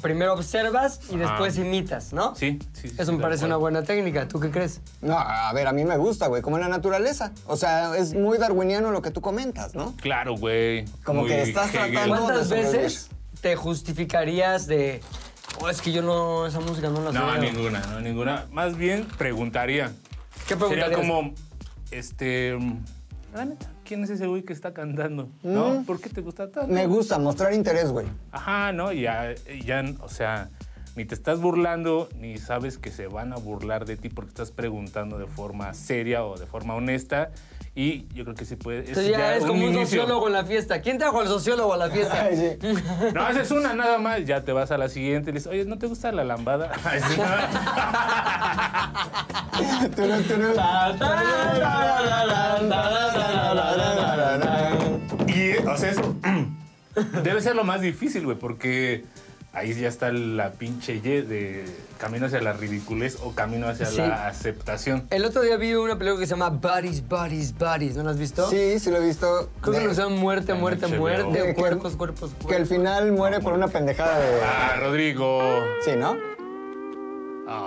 A: primero observas y después imitas, ¿no?
C: Sí, sí, sí,
A: Eso me
C: de
A: parece
C: acuerdo.
A: una buena técnica. ¿Tú qué crees?
B: No, a ver, a mí me gusta, güey, como en la naturaleza. O sea, es muy darwiniano lo que tú comentas, ¿no?
C: Claro, güey.
B: Como
C: Muy
B: que estás
C: Hegel.
B: tratando- No,
A: ¿Cuántas
B: no sobrevivir.
A: veces te justificarías de, oh, es que yo no, esa música no la sé?
C: No, ninguna, no, ninguna. Más bien preguntaría.
A: ¿Qué
C: Sería
A: preguntarías?
C: como, este... la neta, ¿Quién es ese güey que está cantando?
A: Mm.
C: ¿No? ¿Por qué te gusta tanto?
B: Me gusta mostrar interés, güey.
C: Ajá, ¿no? Y Ya, ya, o sea, ni te estás burlando, ni sabes que se van a burlar de ti porque estás preguntando de forma seria o de forma honesta. Y yo creo que sí puede. es
A: Entonces ya eres como un
C: inicio.
A: sociólogo en la fiesta. ¿Quién trajo al sociólogo a la fiesta?
B: Ay, sí.
C: No, haces una nada más, ya te vas a la siguiente y le dices, oye, ¿no te gusta la lambada? Ay, sí, no.
B: Turun, turun.
C: y, o sea, es- debe ser lo más difícil, güey, porque ahí ya está la pinche Y de camino hacia la ridiculez o camino hacia
A: Sí.
C: la aceptación.
A: El otro día vi una película que se llama Bodies, Bodies, Bodies. ¿No la has visto?
B: Sí, sí lo he visto.
A: Creo que
B: De-
A: lo usaron muerte, muerte,
C: Anoche
A: muerte.
B: veo.
A: o Cuerpos, cuerpos, cuerpos.
B: Que al final muere por una pendejada de.
C: Ah, Rodrigo.
B: Sí, ¿no?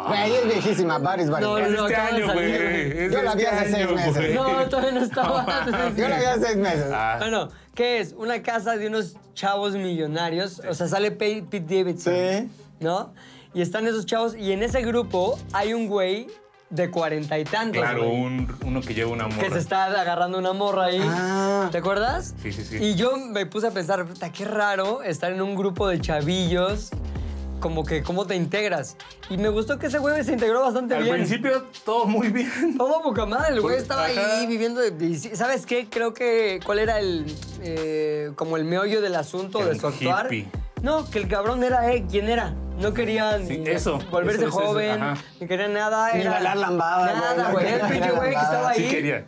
B: Güey, es viejísima, Baris, Baris.
A: No,
C: Es
A: no,
C: este
A: acaba de
C: año, güey.
A: salir,
C: Es
B: Yo la vi
C: este
B: hace seis
C: año,
B: meses.
C: güey.
A: No, todavía no estaba.
B: Yo la vi hace seis meses.
C: Ah,
A: Bueno, ¿qué es? Una casa de unos chavos millonarios. O sea, sale Pe- Pete Davidson.
B: Sí.
A: ¿No? Y están esos chavos. Y en ese grupo hay un güey de cuarenta y tantos.
C: claro,
A: pues, güey,
C: un- uno que lleva una morra.
A: Que se está agarrando una morra ahí.
B: Ah.
A: ¿Te acuerdas?
C: Sí, sí, sí.
A: Y yo me puse a pensar, puta, qué raro estar en un grupo de chavillos. Como que, ¿cómo te integras? Y me gustó que ese güey se integró bastante
C: Al
A: bien.
C: principio todo muy bien.
A: Todo poca madre, el güey estaba
C: Pues, Ajá.
A: ahí viviendo. de- y sí, ¿Sabes qué? Creo que. ¿Cuál era el. eh, como el meollo del asunto
C: Era
A: de
C: un
A: su actuar?
C: hippie.
A: No, que el cabrón era eh, quien era. No quería
C: Sí,
A: ni
C: eso,
A: volverse
C: eso, eso, eso,
A: joven,
C: ajá.
A: no quería nada.
B: Ni
A: era,
B: bailar lambada, güey,
A: Nada,
B: no
A: güey.
B: quería
A: Era el pinche
B: bailar
A: güey que estaba
B: lambada.
A: ahí
C: Sí quería.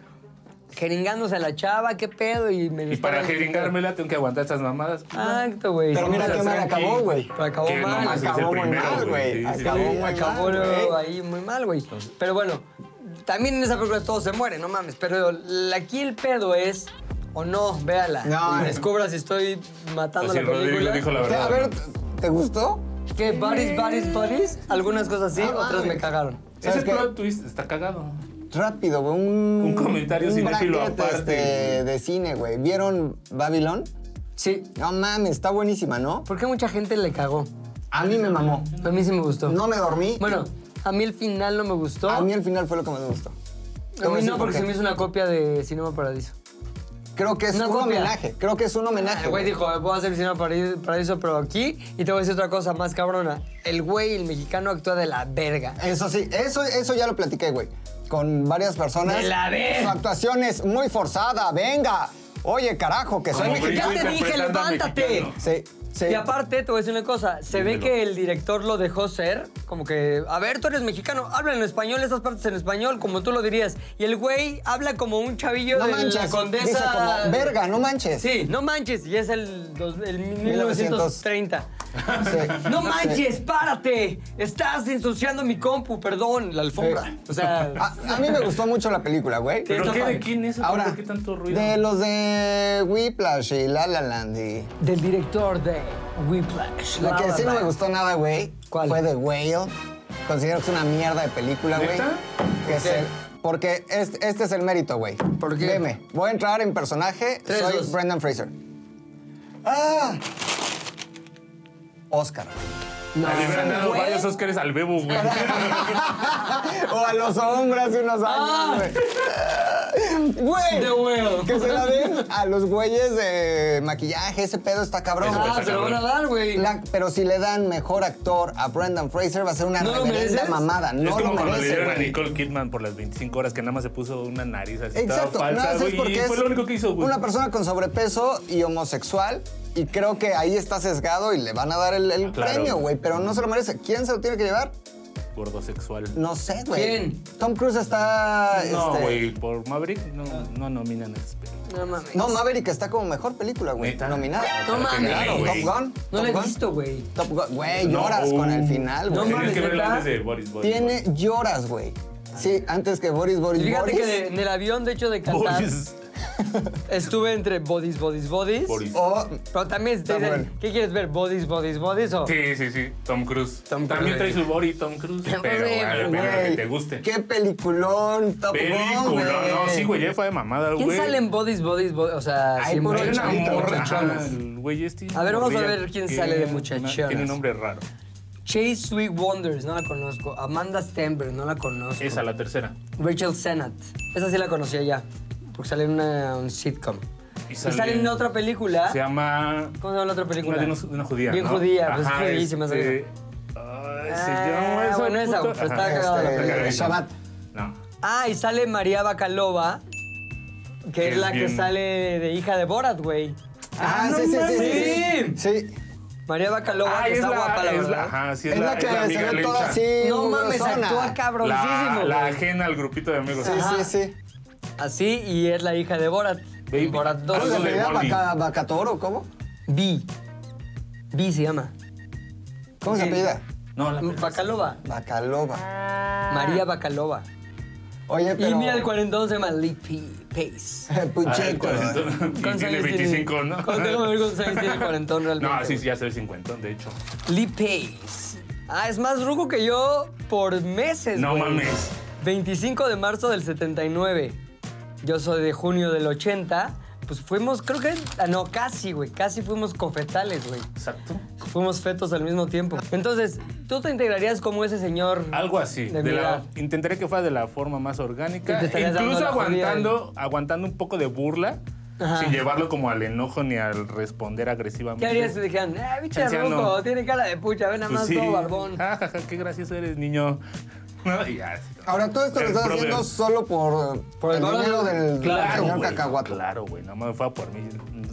A: jeringándose a la chava, qué pedo. Y, me
C: Y para
A: estaba-
C: jeringármela tengo que aguantar estas mamadas.
A: Exacto, güey.
B: Pero
A: Sí,
B: mira
A: me
B: qué
A: la-
B: mal acabó, güey.
A: Pero acabó
C: Que no
A: mal.
C: mames, es el
B: Acabó muy
C: primero,
B: mal, güey.
C: güey. Sí, sí,
B: Acabó
C: sí.
B: muy mal.
A: acabó
B: güey.
A: ahí muy mal, güey. Pero bueno, también en esa película todo se muere, no mames. Pero la- aquí el pedo es, o no, véala.
B: No,
A: y
B: no. eh.
A: descubra si estoy matando
C: Pues si
A: la
C: Rodrigo
A: película.
C: dijo la
B: O sea,
C: verdad.
B: A ver, ¿te gustó?
A: Que buddies, buddies, buddies. Algunas cosas sí,
B: Ah,
A: otras me
B: mames.
A: cagaron.
C: Ese
B: ¿sabes qué?
C: plot twist está cagado.
B: Rápido, güey. Un,
C: Un comentario
B: un
C: cinéfilo
B: bracket,
C: aparte.
B: este, de cine, güey. ¿Vieron Babylon?
A: Sí.
B: No mames, está buenísima, ¿no?
A: ¿Por qué mucha gente le cagó?
B: A mí me mamó.
A: A mí sí me gustó.
B: No me dormí.
A: Bueno, a mí el final no me gustó.
B: A mí al final fue lo que más me gustó. Te
A: A
B: voy
A: mí
B: a decir
A: no,
B: por
A: porque
B: qué.
A: se me hizo una copia de Cinema Paradiso.
B: Creo que es
A: Una
B: un
A: copia.
B: homenaje. Creo que es un homenaje.
A: El güey
B: Ah, güey.
A: dijo, voy a hacer Cinema Paradi- Paradiso, pero aquí. Y te voy a decir otra cosa más cabrona. El güey, el mexicano, actúa de la verga.
B: Eso sí, eso, eso ya lo platiqué, güey. con varias personas.
E: Me la ve.
B: Su actuación es muy forzada, venga. Oye, carajo, que soy
C: Como
B: mexicano.
A: Ya
C: gringo
A: te dije,
C: interpretando a
A: levántate.
C: mexicano.
B: Sí, sí.
A: Y aparte, te voy a decir una cosa, se ve
C: Dímelo.
A: que el director lo dejó ser, como que, a ver, tú eres mexicano, habla en español, esas partes en español, como tú lo dirías. Y el güey habla como un chavillo
B: no
A: de
B: manches.
A: la condesa.
B: Dice como, verga, no manches.
A: Sí, no manches, y es el, dos- el
B: 1900.
A: 1930.
B: Sí.
A: No
B: Sí.
A: manches, párate, estás ensuciando mi compu, perdón, la alfombra.
B: Sí. Ah.
A: O sea,
B: A, a mí me gustó mucho la película, güey.
A: Sí,
C: ¿Pero
A: está
C: qué
A: padre.
C: de quién es?
B: Ahora,
C: ¿Por qué tanto ruido?
B: de los de Whiplash y La La Land y...
A: del director de Whiplash.
B: La que
A: La
B: sí
A: La
B: no me
A: Land.
B: gustó nada, güey,
A: ¿Cuál?
B: fue The Whale. Considero que es una mierda de película, güey.
C: ¿Neta?
B: Que es el- porque este, este es el mérito, güey.
A: ¿Por qué?
B: Veme, voy a entrar en personaje.
A: Tres,
B: Soy
A: dos.
B: Brendan Fraser. ¡Ah! Oscar.
C: Le hubieran dado
A: güey.
C: varios Óscares al Bebo, güey.
B: o a los hombres hace unos años, güey. Güey.
A: The Whale.
B: Que se la den a los güeyes de maquillaje. Ese pedo está cabrón,
C: Eso
B: güey.
A: Ah, se lo van a dar, güey.
B: La- pero si le dan mejor actor a Brendan Fraser, va a ser una
A: ¿No lo
B: reverenda
A: mereces?
B: mamada.
C: es
B: No
C: como
B: lo
C: cuando le
B: merece,
C: dieron a
B: güey.
C: Nicole Kidman por las 25 horas que nada más se puso una nariz así. toda
B: Exacto,
C: falsa,
B: nada, ¿sabes
C: güey,
B: por
C: y
B: qué
C: fue
B: es
C: lo único que hizo, güey.
B: Una persona con sobrepeso y homosexual. Y creo que ahí está sesgado y le van a dar el, el
C: Ah, Claro.
B: premio, güey. Pero no se lo merece. ¿Quién se lo tiene que llevar?
C: Gordo sexual.
B: No sé, güey.
A: ¿Quién?
B: Tom Cruise está.
C: No,
B: este, Ah.
C: güey, por Maverick no, no nominan a esas películas.
A: No mames.
B: No, Maverick está como mejor película, güey.
C: ¿Neta?
B: Nominada.
A: No mames.
B: Claro,
C: güey.
B: Top Gun.
A: No
B: Top
A: la he
B: Gun.
A: visto, güey.
B: Top Gun. Güey,
C: No,
B: lloras con el final,
A: No
B: güey.
A: mames,
C: Tienes que verla
A: ¿neta?
C: antes de Boris Boris.
B: Tiene lloras, güey. Sí, antes que Boris,
A: Y
B: Boris,
A: Fíjate
B: Boris.
A: que de- en el avión, de hecho, de
C: Boris.
A: Qatar, estuve entre bodies, bodies, bodies.
C: Boris.
B: O-
A: Pero también te
B: Está
A: dicen,
B: bueno.
A: ¿qué quieres ver? ¿Bodies, bodies, bodies o...?
C: Sí, sí, sí. Tom Cruise.
A: Tom
C: También
A: Cruise.
C: trae su body Tom Cruise. Pero
A: Cruise,
C: vale la pena
B: güey,
C: que te guste.
B: Qué peliculón, Top Gun, güey.
C: Película, no, sí, güey, ya fue de mamada, güey.
A: ¿Quién sale en bodies, bodies, bodies? O sea,
B: Ay,
A: sí,
B: puro
C: Era una
B: Muchachito,
A: muchachonas.
C: morra,
A: muchachonas.
C: ajá, el güey este,
A: A ver, vamos a
C: morrilla,
A: ver quién
C: que
A: sale de
C: una-
A: muchachonas.
C: Tiene un nombre raro.
A: Chase Sweet Wonders, no la conozco. Amanda Stenberg, no la conozco.
C: Esa, la tercera.
A: Rachel Sennett, esa sí la conocía ya, porque sale en una, un sitcom.
C: Y
A: Y sale,
C: sale-
A: en otra película.
C: Se llama.
A: ¿Ah? ¿Cómo se llama la otra película?
C: Una de unos- una judía.
A: Bien
C: ¿no?
A: judía, pues
C: Ajá,
A: es jodidísima esa
C: este,
A: cosa.
C: Ay, se llama
A: Ah,
C: esa.
A: bueno, esa,
C: puta-
A: pues está
C: Ajá.
A: cagada la
B: Este,
A: película.
C: cagadísima.
B: Shabbat.
C: No.
A: Ah, y sale María Bacalova, que, es,
C: es
A: la que
C: bien-
A: sale de hija de Borat, güey.
B: Ah,
A: no
B: sí, sí, sí, sí,
A: mames.
B: sí. Sí.
A: María Bacalova,
C: Ah,
A: que
C: es
A: está
C: la-
A: guapa, la
C: es
A: verdad.
C: la- Ajá, sí,
B: Es, la que se
C: amiga
B: ve toda
C: lencha.
B: así.
A: no mames,
B: grosona.
A: actúa cabroncísimo.
C: La, la
A: güey.
C: ajena al grupito de amigos.
B: Sí, sí, sí.
A: Así, y es la hija de Borat.
C: Baby.
A: Borat
C: Ah,
B: ¿Cómo se
C: Algo de
A: 2.
B: apellida?
C: Barbie.
B: Baca- ¿Bacatoro? ¿Cómo?
A: B. B se llama.
B: ¿Cómo se
A: Sí.
B: apellida?
C: No, la
A: Bacalova.
B: Bacaloba.
A: María Bacalova.
B: Oye, pero...
A: Y mira el cuarentón se llama Lee P- Pace.
B: Puchito.
C: Ah, el cuarentón. Y
A: ¿Cuántos
C: tiene
A: años tiene?
C: 25, ¿no?
A: ¿Cuánto tengo que ver cuántos años tiene el cuarentón realmente?
C: No, sí, sí, ya se ve 50, de hecho.
A: Lee Pace. Ah, es más ruco que yo por meses.
C: No
A: güey.
C: mames.
A: 25 de marzo del 79. Yo soy de junio del 80. Pues fuimos, creo que. ah, no, casi, güey. Casi fuimos cofetales, güey.
C: Exacto.
A: Fuimos fetos al mismo tiempo. Entonces, ¿tú te integrarías como ese señor?
C: Algo así.
A: De
C: de
A: mi
C: la-
A: edad?
C: intentaré que fuera de la forma más
A: Y
C: orgánica.
A: te estarías
C: Incluso
A: dando la jodida
C: aguantando, aguantando un poco de burla.
A: Ajá.
C: Sin llevarlo como al enojo ni al responder agresivamente.
A: ¿Qué harías si te dijeran, eh, bicho
C: Anciano.
A: ruco, tiene cara de pucha, ven nada
C: Pues
A: más
C: sí.
A: todo barbón?
C: Ah, jaja, qué gracioso eres, niño. No, y ya, así.
B: Ahora, todo esto lo
C: El
B: estás
C: problema.
B: haciendo solo por,
A: Por el
B: el
A: valor
B: dinero
A: de-
B: del
A: Claro,
B: señor
C: güey,
B: cacahuato.
C: Claro, güey. Nada más me fue a por mí.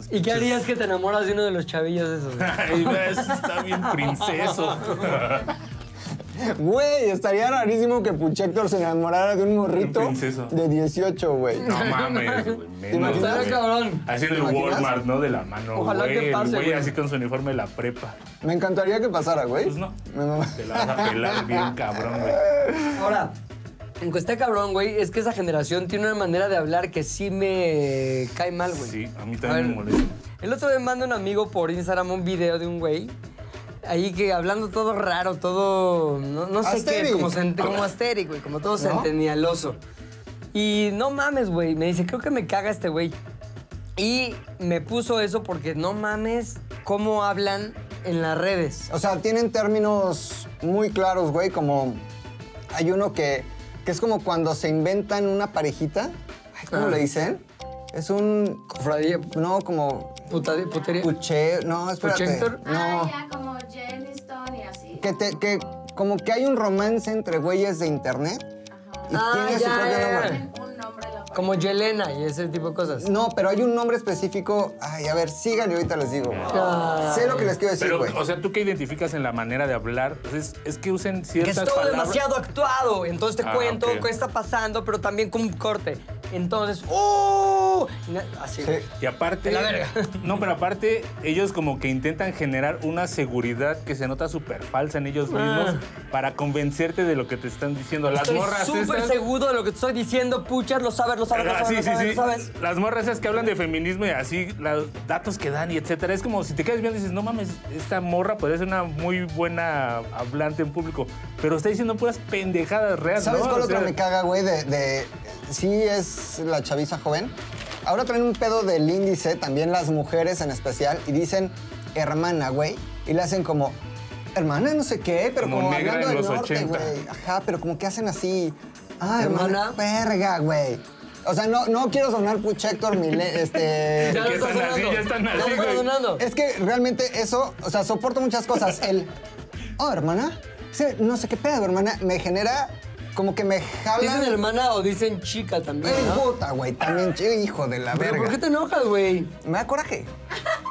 A: ¿Y qué harías que te enamoras de uno de los chavillos esos? güey?
C: Ay, no, eso está bien princeso.
B: Güey, estaría rarísimo que Puchector se enamorara de un morrito
C: Un princeso.
B: de 18, güey.
C: No mames, güey. Menos,
B: imaginas?
C: güey.
A: cabrón.
C: Así en
B: ¿Te
C: el
B: imaginas?
C: Walmart, ¿no? De la mano,
A: Ojalá
C: güey.
A: que
C: El
A: pase,
C: güey
A: güey.
C: así con su uniforme de la prepa.
B: Me encantaría que pasara, güey.
C: Pues no.
B: Mi mamá-
C: Te la vas a pelar bien cabrón, güey.
A: Ahora, en que está cabrón, güey, es que esa generación tiene una manera de hablar que sí me cae mal, güey.
C: Sí, a mí
A: A ver,
C: también me molesta.
A: El otro día manda un amigo por Instagram un video de un güey. Ahí que hablando todo raro, todo. No, no sé qué,
B: Asterix.
A: como, se ent- como Asterix, güey, como todo se
B: ¿No?
A: entendía el oso. Y no mames, güey. Me dice, creo que me caga este güey. Y me puso eso porque no mames cómo hablan en las redes.
B: O sea, tienen términos muy claros, güey, como hay uno que, que es como cuando se inventan una parejita. Ay, ¿Cómo
A: Ah.
B: le dicen? Es un...
A: Cofradía,
B: No, como...
A: puta- putería.
B: Puche... No, espérate.
A: ¿Puchector?
B: No.
F: Ah, ya, como Jane Stone y así.
B: Que, te, que como que hay un romance entre güeyes de internet y
E: Ah,
B: tiene su
E: ya,
B: propio
E: ya,
B: nombre.
E: ya. Como Yelena y ese tipo de cosas.
B: No, pero hay un nombre específico. Ay, a ver, sigan y ahorita les digo.
E: Ah.
B: Sé lo que les quiero decir,
C: Pero,
B: güey.
C: o sea, ¿tú qué identificas en la manera de hablar? Pues Es, es que usen
A: Que
C: ciertas
A: es todo
C: palabras.
A: demasiado actuado. Entonces te
C: Ah,
A: cuento
C: ok.
A: qué está pasando, pero también con un corte. Entonces, ¡uh! Na- Así.
B: Sí.
C: Y aparte.
A: De la verga.
C: No, pero aparte, ellos como que intentan generar una seguridad que se nota súper falsa en ellos mismos para convencerte de lo que te están diciendo. Las
A: Ah. Estoy
C: morras
A: súper
C: esas-
A: seguro de lo que te estoy diciendo, puchas, lo sabes, lo sabes, lo
C: Ah,
A: sabes,
C: sí,
A: lo
C: sí,
A: sabes,
C: sí.
A: lo sabes.
C: Las morras esas que hablan de feminismo y así, los datos que dan y etcétera. Es como si te quedas viendo y dices, no mames, esta morra podría ser una muy buena hablante en público, pero está diciendo puras pendejadas reales.
B: ¿Sabes
C: ¿no?
B: cuál
C: O sea,
B: otra me caga, güey? De, de- Sí es la chaviza joven. Ahora traen un pedo del índice, también las mujeres en especial, y dicen hermana, güey. Y le hacen como, hermana no sé qué, pero
C: Como
B: como,
C: negra
B: hablando
C: en
B: del
C: los
B: norte,
C: 80.
B: güey. Ajá, pero como que hacen así, ah, hermana,
A: Hermana.
B: verga, güey. O sea, no, no quiero sonar Puchector, Mile- este...
C: Ya están así, ya están
A: Ya lo
C: así,
A: estás
C: güey.
A: sonando.
B: Es que realmente eso, o sea, soporto muchas cosas. El, oh, hermana, sí, no sé qué pedo, hermana, me genera como que me
E: ¿Dicen
B: jala.
E: hermana o dicen chica
B: Ey,
E: también, no?
B: puta, güey, también,
C: Ah.
B: ch- hijo de la
E: Pero ¿por qué
B: verga.
E: te enojas, güey?
B: Me da coraje.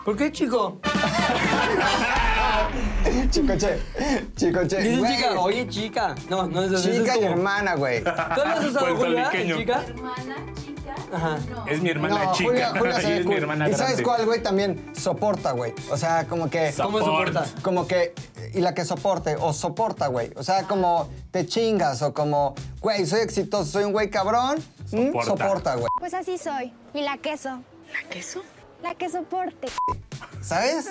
E: ¿Por qué, chico?
B: Chicoche, chicoche.
A: Dice
B: güey.
A: chica, oye chica. No, no es
C: pues,
A: así. eso es
B: Chica y
A: como-
B: hermana, güey.
A: ¿Tú lo has usado, Julia,
C: Puertorriqueño.
A: chica?
F: hermana chica.
A: Ajá.
F: No.
C: Es mi hermana
B: No,
C: chica.
B: Julia, Julia
C: y
B: sabe
C: es mi
B: cool.
C: hermana
B: ¿Y sabes
C: grande.
B: cuál, güey? También soporta, güey. O sea, como que...
A: ¿Cómo
C: Soporte.
A: soporta?
B: como que y la que soporte o soporta, güey. O sea, como te chingas o como, güey, soy exitoso, soy un güey cabrón. Mm,
C: Soporta.
B: Soporta, güey.
G: Pues así soy. Y la queso. ¿La queso? La que soporte.
B: ¿Sabes?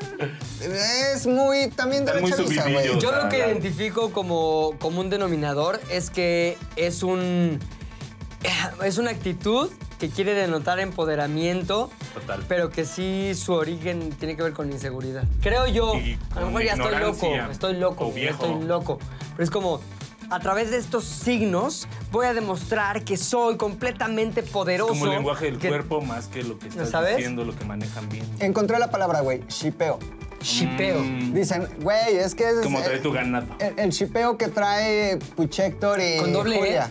B: Es muy también de
C: Está
B: la
C: muy
B: chaviza, güey.
C: subidillo.
A: Yo lo que
C: Claro.
A: identifico como, como un denominador es que es un. eh, Es una actitud que quiere denotar empoderamiento,
C: Total.
A: pero que sí su origen tiene que ver con inseguridad. Creo yo,
C: Y
A: a lo
C: con
A: mejor ya estoy loco,
C: ignorancia,
A: estoy loco,
C: o viejo.
A: estoy loco, pero es como a través de estos signos voy a demostrar que soy completamente poderoso.
C: Como el lenguaje del
A: que-
C: cuerpo más que lo que estás
A: sabes?
C: diciendo, lo que manejan bien.
B: Encontré la palabra, güey, shipeo.
A: Shipeo.
C: Mm.
B: Dicen, güey, es que es
C: Como
B: el-
C: trae tu ganado.
B: el, el shipeo que trae Puchector y
A: Con doble E.
B: Julia.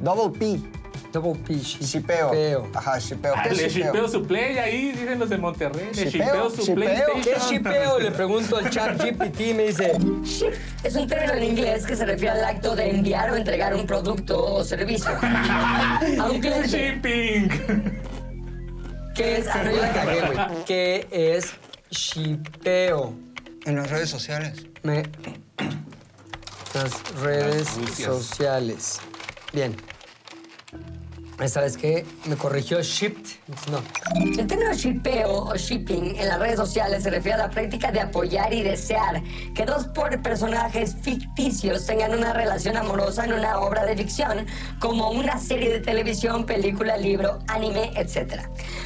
B: Double P.
A: Double P. shi-
B: Shipeo.
A: shipeo.
B: Ajá, shipeo.
C: Ah,
B: ¿Qué es
C: le shipeo
B: shipeo?
C: su play ahí, dicen los de Monterrey. Le
B: Shipeo,
C: shipeo su
B: shipeo.
C: PlayStation.
A: ¿Qué es shipeo? Le pregunto al chat GPT y me dice,
D: Es un término en inglés que se refiere al acto de enviar o entregar un producto o servicio a un cliente,
C: Shipping.
A: que es, ah, no, yo la cagué, güey, que es shipeo.
B: En las redes sociales.
A: Me... Las redes
C: Las sucias.
A: sociales. Bien. ¿Sabes qué? Me corrigió shipped. No.
D: El término shippeo o shipping en las redes sociales se refiere a la práctica de apoyar y desear que dos por- personajes ficticios tengan una relación amorosa en una obra de ficción, como una serie de televisión, película, libro, anime, etc.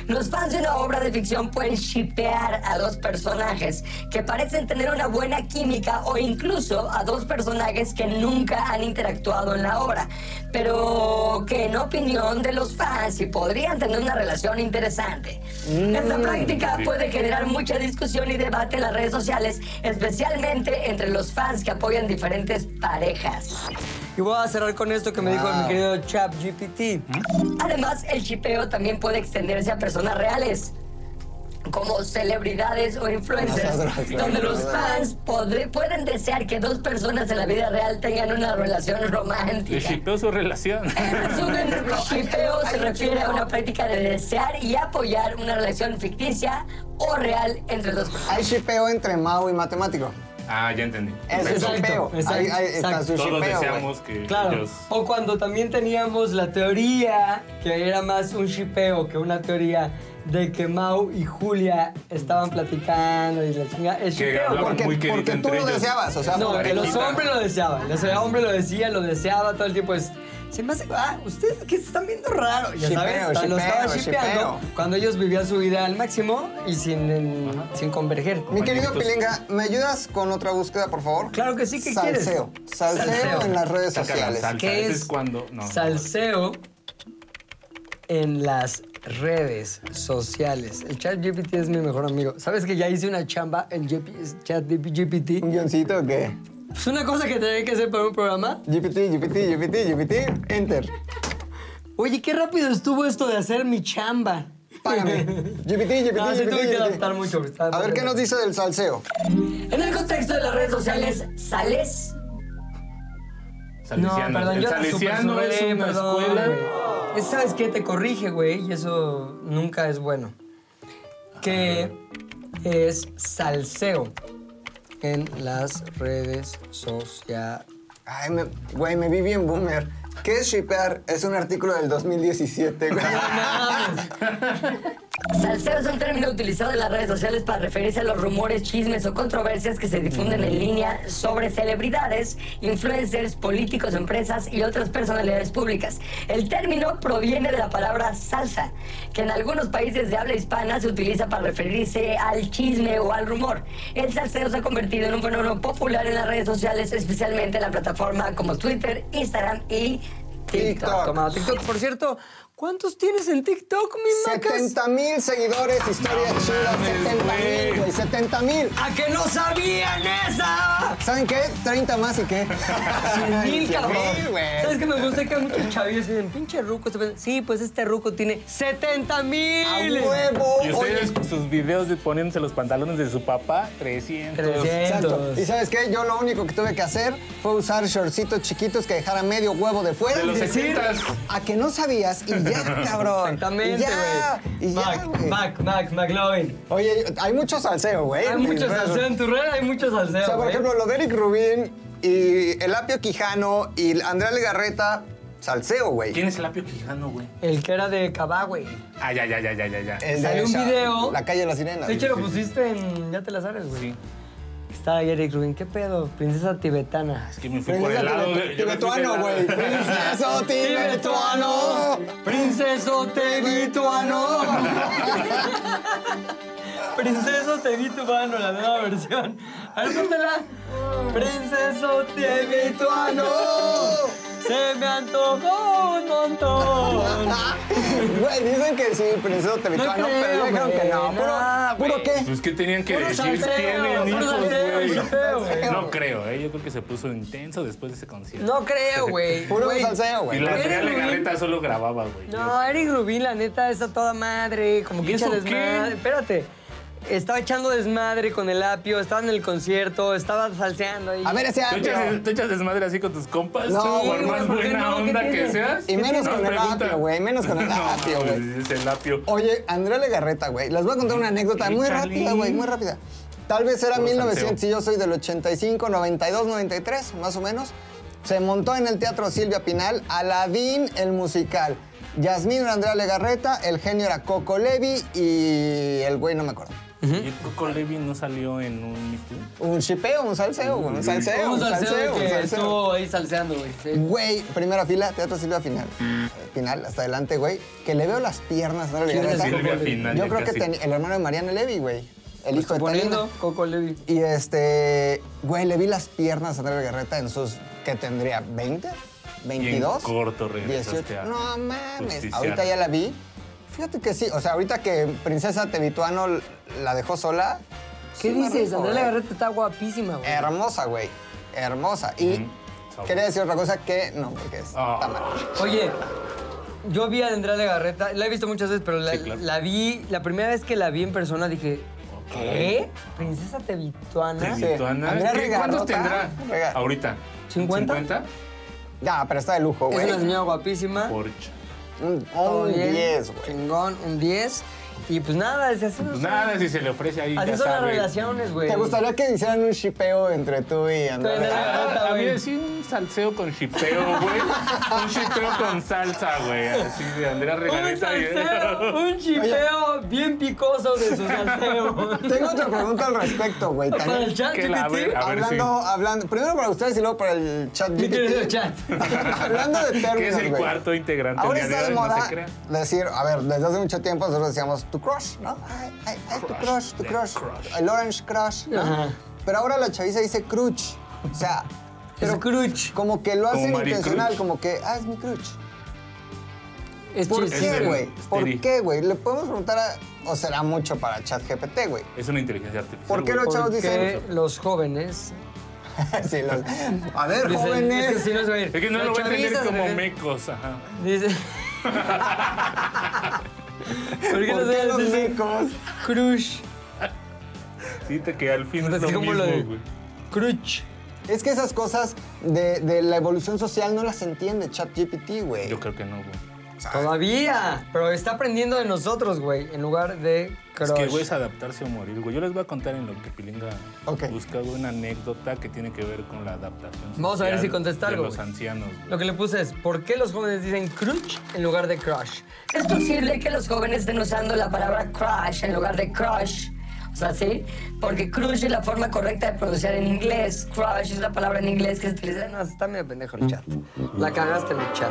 D: Los fans de una obra de ficción pueden shippear a dos personajes que parecen tener una buena química o incluso a dos personajes que nunca han interactuado en la obra, pero que en opinión de los fans sí podrían tener una relación interesante. Esta práctica puede generar mucha discusión y debate en las redes sociales, especialmente entre los fans que apoyan diferentes parejas.
A: Y voy a cerrar con esto que me dijo
B: Wow.
A: mi querido chat GPT.
C: Mm,
D: Además, el chipeo también puede extenderse a personas reales. Como celebridades o influencers,
B: No seas grosero.
D: donde los fans podre- pueden desear que dos personas en la vida real tengan una relación
C: Le
D: romántica.
C: shipeo su relación.
D: En resumen, el shipeo se refiere a una práctica de desear y apoyar una relación ficticia o real entre dos personas.
B: Hay shipeo entre Mau y Matemático.
C: Ah, ya entendí.
B: Ese es
A: Exacto,
B: shipeo.
A: exacto,
B: Ahí, ahí está
A: exacto.
B: su
C: Todos
B: shipeo, güey.
C: deseamos que
A: Claro.
C: ellos...
A: O cuando también teníamos la teoría, que era más un shipeo que una teoría de que Mau y Julia estaban platicando y la chingada. Es
C: Que
A: shipeo.
C: hablaban
A: porque-
B: Porque,
C: Muy querido
B: porque tú
C: entre
B: lo
C: ellos.
B: deseabas, o sea,
A: No,
B: por-
A: que los
C: Parejita.
A: hombres lo deseaban. Los hombres lo decían, lo deseaba todo el tiempo. Es, se me hace, ah, ustedes que se están viendo raro. Ya
B: Shipeo,
A: sabes, lo estaban
B: shipeo,
A: shipeando
B: shipeo.
A: cuando ellos vivían su vida al máximo y sin, en- sin converger.
B: Mi querido
C: Manitos.
B: Pilinga, ¿me ayudas con otra búsqueda, por favor?
A: Claro que sí, ¿qué quieres?
B: Salseo. Salseo.
A: Salseo.
B: en las redes
C: Saca la
B: sociales.
C: salsa.
A: ¿Qué
C: Ese
A: es
C: Pues es cuando- no.
A: salseo en las redes sociales? El chat GPT es mi mejor amigo. ¿Sabes que ya hice una chamba en GP chat GPT?
B: ¿Un guioncito o qué?
A: Es una cosa que tenía que hacer para un programa.
B: GPT, GPT, GPT, GPT, enter.
A: Oye, qué rápido estuvo esto de hacer mi chamba.
B: Págame. GPT, GPT,
A: No, se
B: GPT,
A: tuve que
B: GPT.
A: adaptar mucho. está
B: eh, A ver
A: padre.
B: qué nos dice del salseo.
D: En el contexto de las redes sociales, ¿sales?
A: No,
C: Salesiano.
A: perdón,
C: el
A: yo la
C: salesiano
A: supersolé,
C: es una
A: perdón,
C: escuela.
A: güey. Es, ¿Sabes qué? Te corrige, güey, y eso nunca es bueno. Que es salseo en las redes sociales.
B: Ay, me- güey, me vi bien boomer. ¿Qué es shipear? Es un artículo del 2017, güey. Ah.
D: Salseo es un término utilizado en las redes sociales para referirse a los rumores, chismes o controversias que se difunden en línea sobre celebridades, influencers, políticos, empresas y otras personalidades públicas. El término proviene de la palabra salsa, que en algunos países de habla hispana se utiliza para referirse al chisme o al rumor. El salseo se ha convertido en un fenómeno popular en las redes sociales, especialmente en la plataforma como Twitter, Instagram y TikTok.
B: TikTok.
A: Tomado TikTok. Por cierto, ¿cuántos tienes en TikTok, mi macas?
B: 70 mil seguidores, historia chida, 70 mil, güey, 70 mil.
A: ¡A que no sabían esa!
B: ¿Saben qué? 30 más y qué.
A: Mil, cabrón.
B: Mil, güey.
A: ¿Sabes qué me gusta? Que hay muchos chavillos que dicen, pinche ruco. este pe-". Sí, pues este ruco tiene 70
B: ¡A
A: mil.
B: Ah, huevo!
C: Y
B: Oye,
C: ustedes con sus videos de poniéndose los pantalones de su papá, 300.
A: 300.
B: Exacto. ¿Y sabes qué? Yo lo único que tuve que hacer fue usar shortcitos chiquitos que dejara medio huevo de fuera.
C: De los
B: y decir,
C: 70s.
B: A que no sabías y ya, cabrón. Y
A: Exactamente,
B: ya,
A: güey.
B: Y ya,
A: Mac,
B: güey.
A: Mac, Mac, McLovin.
B: Oye, hay mucho salseo, güey.
A: Hay
B: en mis
A: mucho
B: redes.
A: salseo en ¿eh? tu red, hay mucho salseo.
B: O sea, por
A: güey.
B: ejemplo, lo de Eric Rubín y el Apio Quijano y Andrea Legarreta, salseo, güey.
C: ¿Quién es el apio quijano, güey?
A: El que era de Cabá, güey.
C: Ah, ya, ya, ya, ya, ya, ya.
B: El
A: Salió un
B: Sha-
A: video.
B: La calle de las sirenas.
A: De hecho, lo pusiste en. Ya te la sabes, güey.
C: Sí.
A: Estaba ahí Eric Rubin. ¿Qué pedo? Princesa tibetana.
C: Es que me fui por el lado de.
B: Princesa
C: yo me fui por el
B: Tibetuano, güey.
C: lado-
A: Princeso
B: Princeso Tibetuano.
A: tibetano. Princeso tibetano, la nueva versión. A ver, póntela. Princeso tibetano. Se me antojó un montón.
B: Güey, dicen que sí, Princeso Tibetuano,
A: creo,
B: pero yo creo que no.
A: güey,
B: Puro,
A: no,
B: ¿Puro qué?
C: Pues, ¿qué tenían que
A: Puro
C: decir?
A: salseo,
C: Tienen
A: puro
C: hijos,
A: salseo,
C: güey.
A: salseo, güey.
C: No creo, ¿eh? Yo creo que se puso intenso después de ese concierto.
A: No creo, güey.
B: Puro
A: Güey.
B: salseo,
C: Y
B: güey.
C: la
A: Pero
C: Andrea
A: Rubín-
C: Legarreta solo grababa, güey.
A: No, Eric Rubín, la neta, está toda madre. Como que
C: ¿Y
A: echa
C: eso
A: desmadre.
C: qué?
A: Espérate. Estaba echando desmadre con el apio, estaba en el concierto, estaba salseando ahí.
B: A ver ese
C: ¿Tú echas,
B: apio.
C: tú echas desmadre así con tus compas?
B: No,
C: No, por
B: güey,
C: más
A: ¿por qué
C: buena
A: no? ¿Qué
C: onda que
A: tiene?
C: seas.
B: Y menos
C: nos
B: con el
C: preguntan.
B: apio, güey, menos con el
C: No,
B: apio, güey. Oh.
C: mames, Es el apio.
B: Oye, Andrea Legarreta, güey. Les voy a contar una anécdota muy
C: Échale.
B: rápida, güey, muy rápida. Tal vez era
C: Puro
B: 1900 y yo soy del 85, 92, 93, más o menos. Se montó en el Teatro Silvia Pinal Aladín el musical. Yasmín era Andrea Legarreta, el genio era Coco Levi y el güey no me acuerdo.
C: ¿Y Coco Levi no salió en un mito?
B: Un chipeo, un salseo, güey, un salseo,
A: Un salseo
B: un
A: que
B: salseo.
A: estuvo ahí salseando, güey. Sí.
B: Güey, primera fila, Teatro Silvia Final. Final, hasta adelante, güey. Que le veo las piernas, ¿no?
A: ¿Quién es
B: Legarreta.
C: Silvia Pinal?
B: Yo
C: Ya
B: creo que
C: casi.
B: tenía- el hermano de Mariana Levy, güey. El hijo de
A: Poniendo
B: Talina.
A: Pues Coco Levi.
B: Y este, güey, le vi las piernas a Andrea Garreta en sus, ¿qué tendría? ¿20? ¿22?
C: corto regresaste a
B: No mames,
C: justiciar.
B: ahorita ya la vi. Fíjate que sí, o sea, ahorita que Princesa Tevituano la dejó sola.
A: ¿Qué
B: sí eh. me
A: dices?
B: rifo,
A: Andrea
B: güey.
A: Legarreta está guapísima, güey.
B: Hermosa, güey. Hermosa. Y
C: Sabor. Ah.
B: quería decir otra cosa que no, porque es está mal.
A: Oye, yo vi a Andrea Legarreta, la he visto muchas veces, pero la,
C: Sí, claro.
A: la vi, la primera vez que la vi en persona dije, ¿qué? ¿Princesa
C: Ah,
A: tebituana?
B: Sí.
C: Lituana.
B: Andrea
C: ¿Qué-
B: Regarota.
C: ¿Cuántos tendrá
B: Rega-
C: ahorita?
A: ¿Cincuenta?
C: ¿50?
B: Ya, pero está de lujo,
A: Es
B: güey.
A: una señora guapísima.
C: Porcha.
B: Un
A: Todo
B: un
A: bien,
B: 10, güey.
A: Chingón, un 10. Y pues nada, es así.
C: Pues nada, si se le ofrece ahí,
A: Así
C: ya
A: son las
C: sabe.
A: relaciones, güey.
B: ¿Te gustaría que hicieran un shipeo entre tú
A: Tú y
B: y Andrea?
A: Andrea.
B: Legarreta?
C: Ah, A mí
A: güey.
C: decía un salseo con chipeo, güey. Un chipeo con salsa, güey. Así de Andrea
A: Un
C: Regareta. y-
A: salseo, un chipeo bien picoso de su salseo.
B: Tengo otra pregunta al respecto, güey.
A: Para el
B: También.
A: chat,
C: Que la ve-
A: GPT.
C: a ver si-
B: Hablando, hablando, primero para ustedes y luego para el chat
A: ¿Qué quieres
B: GPT.
A: el chat?
B: hablando de términos,
C: Que es el
B: güey.
C: cuarto integrante
B: Ahora
C: el día
B: está de
C: hoy, no
B: moda
C: se crea.
B: decir, a ver, desde hace mucho tiempo nosotros decíamos tu crush, ¿no? Ay, ay, ay, tu crush,
C: Crush,
B: tu
C: the
B: crush,
C: crush.
B: el orange crush, ¿no?
A: Ajá.
B: Pero ahora la chaviza dice crush, o sea,
A: Es
B: pero
A: cruch.
B: como que lo
C: Como
B: hacen
C: Mari
B: intencional,
C: Crush.
B: como que, ah, es mi crush.
A: Es
B: ¿Por
A: chiste.
C: Es
B: qué,
C: del
B: güey? ¿Por
C: Steri.
B: qué, güey? Le podemos preguntar a, o será mucho para ChatGPT, güey.
C: Es una inteligencia artificial.
B: ¿Por qué
C: güey.
B: lo- chavos
A: Porque
B: dicen
A: los jóvenes
B: Sí, los- A ver,
A: Dice,
B: jóvenes.
A: es que sí nos va a ir.
C: Es que no
A: Los
C: lo voy a entender
A: chavistas,
C: como
A: de repente,
C: mecos, ajá.
A: Dice. ¿Por qué
B: ¿Por
A: nos
B: qué los
A: va a decir
B: mecos?
A: crush?
C: Sí, te- que al fin es
A: Pues Así
C: lo
A: como lo
C: mismo,
A: de
C: güey.
A: crush.
B: Es que esas cosas de, de la evolución social no las entiende ChatGPT, güey.
C: Yo creo que no, güey.
A: Todavía, pero está aprendiendo de nosotros, güey, en lugar de
C: Es
A: crush.
C: que, güey, es adaptarse o morir, güey. Yo les voy a contar en lo que Pilinga
B: Ok.
C: busca, güey, una anécdota que tiene que ver con la adaptación.
A: Vamos a ver
C: social
A: si contesta
C: de
A: algo,
C: los
A: güey.
C: ancianos, güey.
A: Lo que le puse es, ¿por qué los jóvenes dicen crush en lugar de crush?
D: Es posible que los jóvenes estén usando la palabra crush en lugar de crush. O sea, sí, porque crush es la forma correcta de pronunciar en inglés. Crush es la palabra en inglés que se utiliza.
A: No, está medio pendejo el chat. La cagaste, mi chat.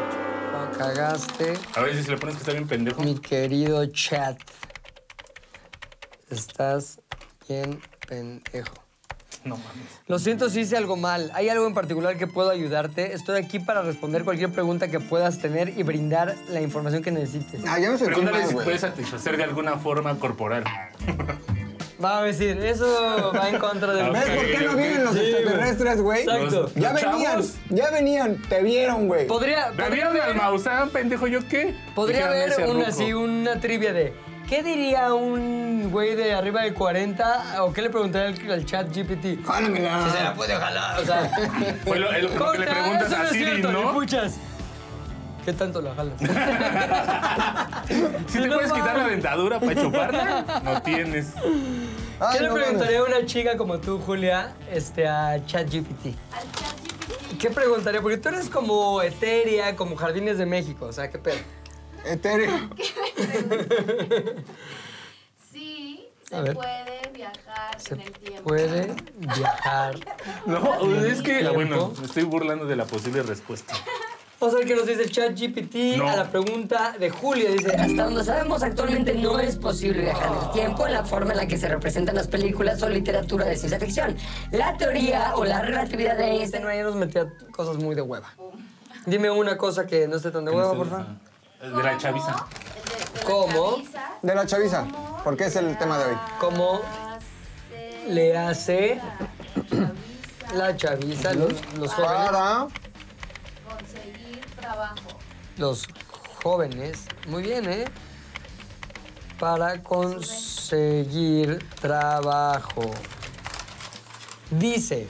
A: La cagaste,
C: A ver si se le pones que está bien pendejo.
A: mi querido chat. Estás bien pendejo.
C: No mames.
A: Lo siento si hice algo mal. ¿Hay algo en particular que puedo ayudarte? Estoy aquí para responder cualquier pregunta que puedas tener y brindar la información que necesites.
B: Ah, ya me sentí
C: Pregúntale
B: mal,
C: si
B: güey.
C: puedes satisfacer de alguna forma corporal.
A: Va a decir, eso va en contra de...
B: ¿Ves por qué no
C: Ah, Ok,
B: vienen los
A: ok. Sí, güey.
B: extraterrestres, güey?
A: Exacto.
C: Los-
B: Ya
C: los
B: venían,
C: chavos
B: ya venían, te vieron, güey.
A: Podría, podría
C: Bebían de almauzán, pendejo, ¿yo qué?
A: Podría
C: Dijeron ese
A: haber una,
C: ruco.
A: así, una trivia de ¿qué diría un güey de arriba de 40 o qué le preguntaría al, al chat GPT?
B: Jálamela.
A: Si se la puede jalar, o sea.
C: Pues lo- el- lo que le
A: Corta,
C: preguntas
A: eso
C: a
A: es
C: Siri,
A: cierto,
C: ¿no?
A: ni puchas. ¿Qué tanto la jalas?
C: Si te
A: No
C: puedes quitar la
A: mames.
C: dentadura para chuparla, no tienes.
B: Ay,
A: ¿Qué le
B: no mames.
A: preguntaría a una chica como tú, Julia, este, a ChatGPT? ¿Qué preguntaría? Porque tú eres como etérea, como Jardines de México, o sea, qué pedo.
B: Etéreo.
H: Sí,
A: A
H: se
A: ver.
H: puede viajar en el tiempo.
A: Puede viajar.
C: No, es que.
A: Tiempo.
C: Ah, Bueno, me estoy burlando de la posible respuesta.
A: Vamos a ver qué nos dice ChatGPT
C: No.
A: a la pregunta de Julia. Dice,
D: Hasta donde sabemos, actualmente no es posible viajar en el tiempo en la forma en la que se representan las películas o literatura de ciencia ficción. La teoría o la relatividad de
A: Este
D: Einstein
A: no, ya nos metía cosas muy de hueva. Dime una cosa que no esté tan de hueva, por favor.
C: De la chaviza.
A: ¿Cómo?
B: De la chaviza, porque es el tema de hoy.
A: ¿Cómo le hace la chaviza, los, los jóvenes?
B: Para.
H: Conseguir trabajo.
A: Los jóvenes, muy bien, ¿eh? Para conseguir trabajo. Dice,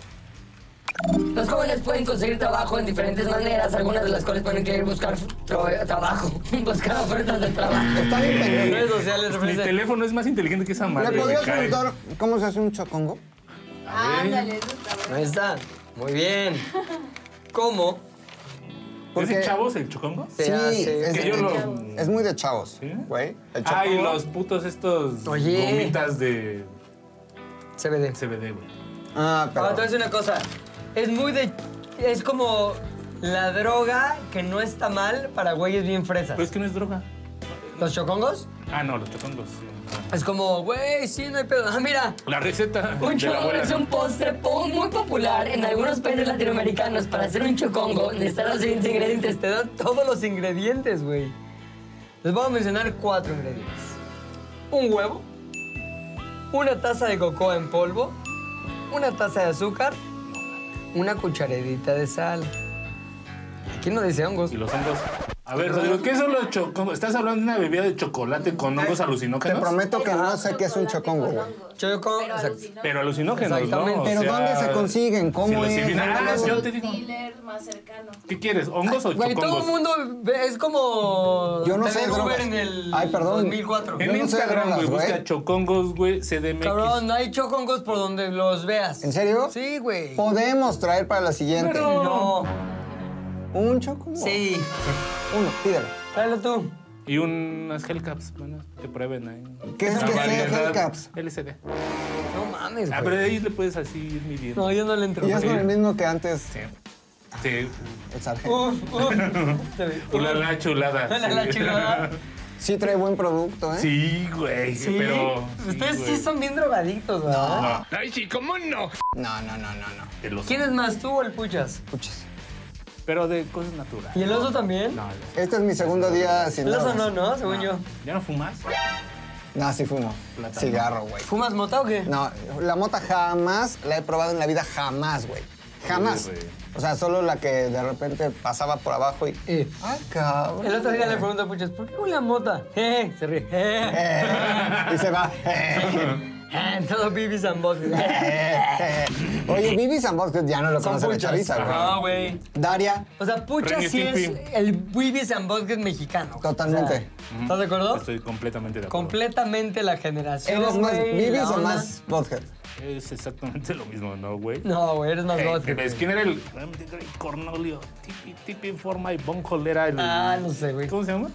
D: Los jóvenes pueden conseguir trabajo en diferentes maneras, algunas de las cuales pueden incluir buscar tro- trabajo, buscar ofertas de trabajo.
B: Está bien, pendejo.
A: redes sociales,
C: Pues, Mi
A: referencia-
C: teléfono es más inteligente que esa madre.
B: ¿Le
C: me
B: podrías
C: cae.
B: preguntar cómo se hace un chocongo?
H: Ándale, eso está bueno.
A: Ahí está, muy bien. ¿Cómo
C: ¿Es
B: Porque-
C: el chavos el chocongo?
A: se hace?
B: es,
C: Que yo lo-
B: es muy de chavos,
C: ¿Sí?
B: güey. El
C: Ah, y
B: chocongo.
C: los putos estos
A: Oye.
C: gomitas de
A: CBD.
C: CBD, güey.
B: Ah,
A: Ahora te voy a
B: pero.
A: decir una cosa. Es muy de. Es como la droga que no está mal para güeyes bien fresas.
C: Pero es que no es droga.
A: Los chocongos
C: Ah, no, los chocongos.
A: es como, güey, sí, no hay pedo. Ah, mira.
C: La receta
D: Un
C: de la
D: chocongo
C: abuela.
D: es un postre po- muy popular en algunos países latinoamericanos. Para hacer un chocongo necesitan los siguientes ingredientes.
A: Te dan todos los ingredientes, güey. Les voy a mencionar cuatro ingredientes: un huevo, una taza de cocoa en polvo, una taza de azúcar, una cucharadita de sal. Aquí no dice hongos.
C: Y los hongos. A ver, Rodrigo, ¿qué son los chocongos? Estás hablando de una bebida de chocolate con hongos
B: Te
C: alucinógenos.
B: prometo que no sé qué es un chocongo,
H: Chocolate
B: güey.
H: con
A: Choco-
H: hongos. Pero
A: exacto.
H: alucinó.
C: Pero alucinógenos,
A: Exactamente.
C: ¿no? O
B: Pero
C: sea,
B: ¿dónde se consiguen? ¿Cómo
C: si los
B: es?
C: adivinas-
B: ¿Dónde
C: Ah,
B: los-
C: yo te digo.
H: Dealer más cercano.
C: ¿Qué quieres? ¿Hongos o
A: Güey, todo el
C: chocongos?
A: mundo ve- es como.
B: Yo no
A: TV
B: sé
A: Uber
B: drogas.
A: en el
B: Ay, perdón.
A: 2004.
B: Yo
C: En
B: no sé
C: Instagram,
B: drogas,
C: güey,
B: güey.
C: busca chocongos, güey, CDMX.
A: Cabrón, no hay chocongos por donde los veas.
B: ¿En serio? Oh.
A: Sí, güey.
B: Podemos traer para la siguiente.
A: No.
B: ¿Un chocongo?
A: Sí.
B: Uno, pídelo.
A: Tráelo tú.
C: Y unas Hellcaps, bueno, que prueben ahí. Ah,
B: ¿Qué es
C: La
B: que sea
C: variedad
B: Hellcaps?
C: LCD.
A: No mames,
C: Ah, pero
A: güey.
C: de ahí le puedes así ir midiendo.
A: No, yo no le entro.
B: Y es con
C: Sí.
B: el mismo que antes
C: Sí. Sí.
B: el sargento.
A: Uf, uf. Te vi.
C: Ulala chulada.
A: Ulala, la chulada.
B: Sí trae buen producto, ¿eh?
C: Sí, güey.
A: Sí.
C: Pero.
A: Ustedes sí,
C: güey.
A: son bien drogadictos, ¿verdad?
C: No,
B: No, no, no, no, no.
C: el oso.
A: ¿Quién es más, tú o el Puchas?
B: Puches.
C: Pero de cosas naturales.
A: ¿Y el oso también?
C: No, el oso.
B: Este es mi segundo día sin
A: El oso
B: drogas.
A: no, ¿no? Según yo.
C: ¿Ya no fumas?
B: No, sí fumo. Cigarro, güey.
A: ¿Fumas mota o qué?
B: No, la mota jamás la he probado en la vida, jamás, güey. Jamás.
C: Sí, güey.
B: o sea, solo la que de repente pasaba por abajo y.
A: Eh.
B: ¡Ah, cabrón!
A: El otro día le pregunto a Puchas, ¿por qué huele a mota? Eh, se ríe. Eh,
B: Eh, y se va.
A: eh, todo bibis and boxes.
B: Oye, Vivi Zambosco ya no lo
A: Son
B: conoce la
A: puchas.
B: chaviza,
A: Ajá,
B: güey.
A: güey.
B: Daria,
A: O sea, Puchas sí es
C: Reñetipi.
A: el bibis and boxes mexicano. güey.
B: Totalmente.
A: O sea, ¿Estás de acuerdo?
C: Estoy completamente de acuerdo.
A: Completamente la generación.
B: ¿eres más
A: güey,
B: Vivis
A: la
B: o
A: onda.
B: más Bothead?
C: es exactamente lo mismo, ¿no, güey?
A: No, güey, eres más
C: Eh,
A: gótico.
C: ¿Ves quién era el I'm the Great Cornolio? Tipi, tipi en forma y bonjolera. El,
A: Ah, no sé, güey.
C: ¿Cómo se llama?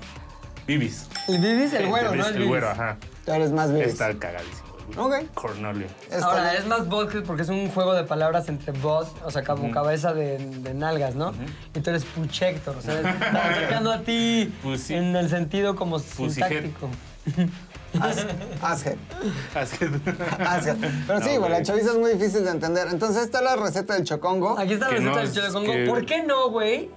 C: Bibis.
A: El bibis, el güero,
C: Eh,
A: ¿no?
C: ves,
A: El,
C: El güero,
A: bibis.
C: ajá.
B: Tú eres más Vivis.
C: Está cagadísimo.
B: Ok.
C: güey. Cornolio.
B: Está
A: Ahora,
B: bien.
A: es más boxes porque es un juego de palabras entre bot, o sea, como cabeza de, de nalgas, ¿no? Y tú eres puchector, o sea, te están atacando a ti
C: Pussy.
A: en el sentido como
C: Pussyhead.
A: sintáctico.
B: As- Ashead.
C: Así que-
B: Ashead. Pero sí,
C: No,
B: güey,
C: güey.
B: la chaviza es muy difícil de entender. Entonces, está la receta del chocongo.
A: Aquí está la
C: Que
A: receta
C: no,
A: del
C: es
A: chocongo.
C: que-
A: ¿Por qué no, güey?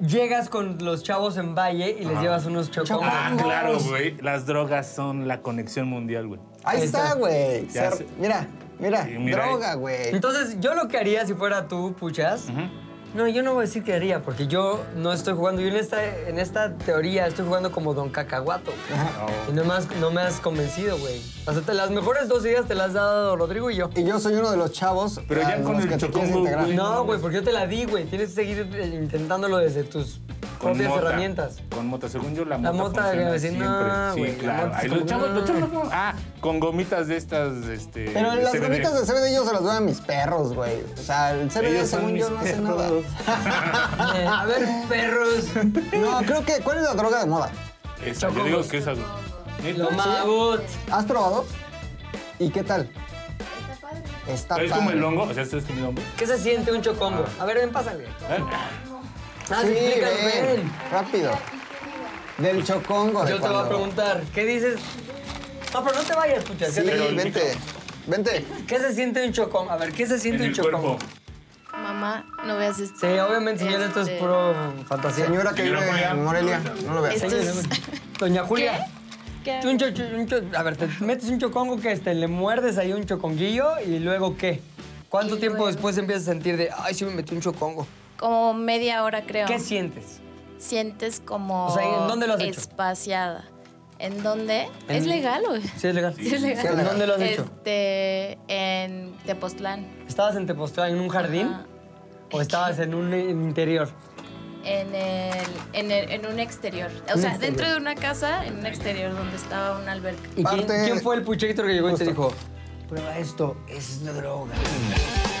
A: Llegas con los chavos en Valle y les llevas unos chocongos.
C: Ah, claro, güey. Las drogas son la conexión mundial, güey.
B: Ahí está, güey.
C: Ya
B: Ser-
C: sé.
B: Mira, mira,
C: Sí, mira ahí.
B: droga, güey.
A: Entonces, yo lo que haría si fuera tú, puchas. No, yo no voy a decir que haría, porque yo no estoy jugando. Yo en esta, en esta teoría estoy jugando como Don Cacahuato. güey. Y no me, has, no me has convencido, güey. O sea, te- las mejores dos ideas te las ha dado Rodrigo y yo.
B: Y yo soy uno de los chavos
C: Pero
B: a
C: ya con
B: los
C: el
B: que te quieres
C: chocongo,
B: integrar.
C: güey.
A: No, güey, porque yo te la di, güey. Tienes que seguir eh, intentándolo desde tus propias
C: mota.
A: herramientas.
C: Con mota, según yo, la
A: La
C: mota.
A: mota,
C: funciona
A: güey, sí,
C: siempre.
A: no,
C: sí,
A: güey, la
C: claro.
A: mota es
C: Ahí
A: como-
C: los chavos, los chavos, no. Ah, con gomitas de estas, este.
B: Pero
C: de
B: las
C: CBD.
B: gomitas de CBD yo se las doy a mis perros, güey. O sea, el CBD
C: Ellos son
B: según yo
C: mis
B: no hace nada.
C: perros.
A: Eh, a ver, perros.
B: No, creo que ¿cuál es la droga de moda?
C: Esa, yo digo que esa. güey.
A: Lo
C: ¿Neta?
A: magot.
B: ¿Has probado? ¿Y qué tal?
I: Está padre.
B: Está
C: ¿Es como el hongo? O sea, ¿esto es como el hongo?
A: ¿Qué se siente un chocongo? A ver, ven, pásale.
C: Ah,
A: Ah,
B: Sí,
A: explícalo,
B: ven,
A: ven.
B: rápido. Del chocongo. de
A: Yo te voy a
B: cuando-
A: preguntar, ¿qué dices? No, pero no te vayas, pucha.
B: Sí, vente, vente.
A: ¿Qué se siente un chocón? A ver, ¿qué se
C: En
A: siente un
C: el
A: chocón?
C: cuerpo.
H: Mamá, no veas esto.
A: Sí, obviamente, señora, esto es
H: Este,
A: puro fantasía.
B: Señora que
C: Señora
B: vive
C: Julia.
B: en Morelia, no lo veas.
H: Este-
A: Señora,
H: es-
A: Doña Julia.
H: ¿Qué hago?
A: Un cho- cho- un cho- a ver, te metes un chocongo que este, le muerdes ahí un choconguillo y luego qué? ¿Cuánto
H: Y
A: tiempo
H: luego-
A: después empiezas a sentir de, ay, sí me metí un chocongo?
H: Como media hora, creo.
A: ¿Qué sientes?
H: Sientes como.
A: O sea, ¿en dónde lo has hecho?
H: Espaciada. ¿En dónde? Es
A: En-
H: legal, güey.
A: Sí, es legal.
H: Sí, es legal.
B: Sí, es legal.
A: ¿Dónde lo has hecho?
H: Este. En Tepoztlán.
A: ¿Estabas en Tepoztlán en un jardín
H: Ajá.
A: o estabas en un eh, interior?
H: En, el, en, el- en un exterior. O sea, dentro de una casa, en un exterior donde estaba un alberca.
A: ¿Y quién,
B: Parte-
A: quién fue el puchector que llegó y te
B: Justo.
A: dijo, prueba esto, es droga?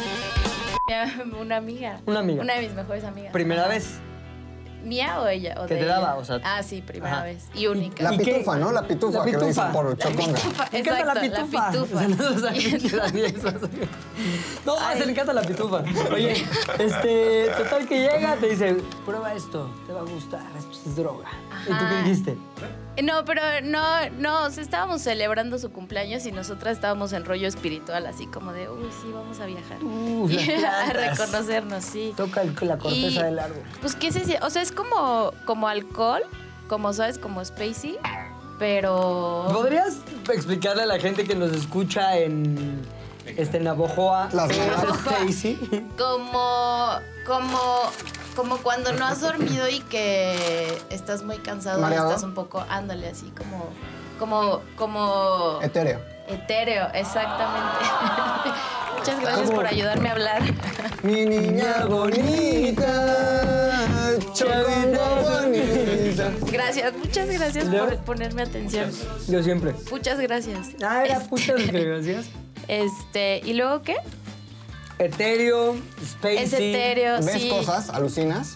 H: Una amiga.
A: Una amiga.
H: Una de mis mejores amigas.
A: Primera vez.
H: ¿Mía o ella? O
A: Que
H: de
A: te
H: ella.
A: daba, o sea-
H: Ah, sí, primera
A: Ajá.
H: vez. Y única.
B: La
A: ¿Y qué?
B: pitufa, ¿no? La pitufa,
A: La
B: que le dicen
A: pitufa.
B: por
H: La
B: choconga.
H: pitufa,
A: Me encanta la
H: exacto,
A: pitufa. O sea, no sabía que era ni eso. No, a se le encanta la pitufa. Oye, este, total que llega, te dice, prueba esto, te va a gustar, es, es droga. ¿Y tú qué
H: Ajá.
A: dijiste?
H: Eh, No, pero no, no, o sea, estábamos celebrando su cumpleaños y nosotras estábamos en rollo espiritual, así como de, uy, sí, vamos a viajar.
A: Uf,
H: Y
A: las
H: a
A: plantas.
H: reconocernos, sí.
A: Toca el- la corteza
H: Y,
A: del árbol.
H: Pues, ¿qué se sie- O sea, es como, como alcohol, como, ¿sabes? Como Spacey, pero...
A: ¿Podrías explicarle a la gente que nos escucha en, este, Navojoa?
B: Las
A: Stacy.
H: Como, como, como cuando no has dormido y que estás muy cansado y
B: ¿Mareado?
H: estás un poco, ándale, así como, como, como...
B: Etéreo.
H: Etéreo, exactamente. Muchas gracias por ayudarme a hablar.
B: Mi niña bonita, chocongo bonita.
H: Gracias, muchas gracias por ponerme atención.
A: Yo siempre.
H: Muchas gracias.
A: Ah, era puta de gracias.
H: Este, ¿y luego qué?
A: Etéreo, Spacey.
H: Es etéreo,
B: ¿Ves
H: sí.
B: cosas? ¿Alucinas?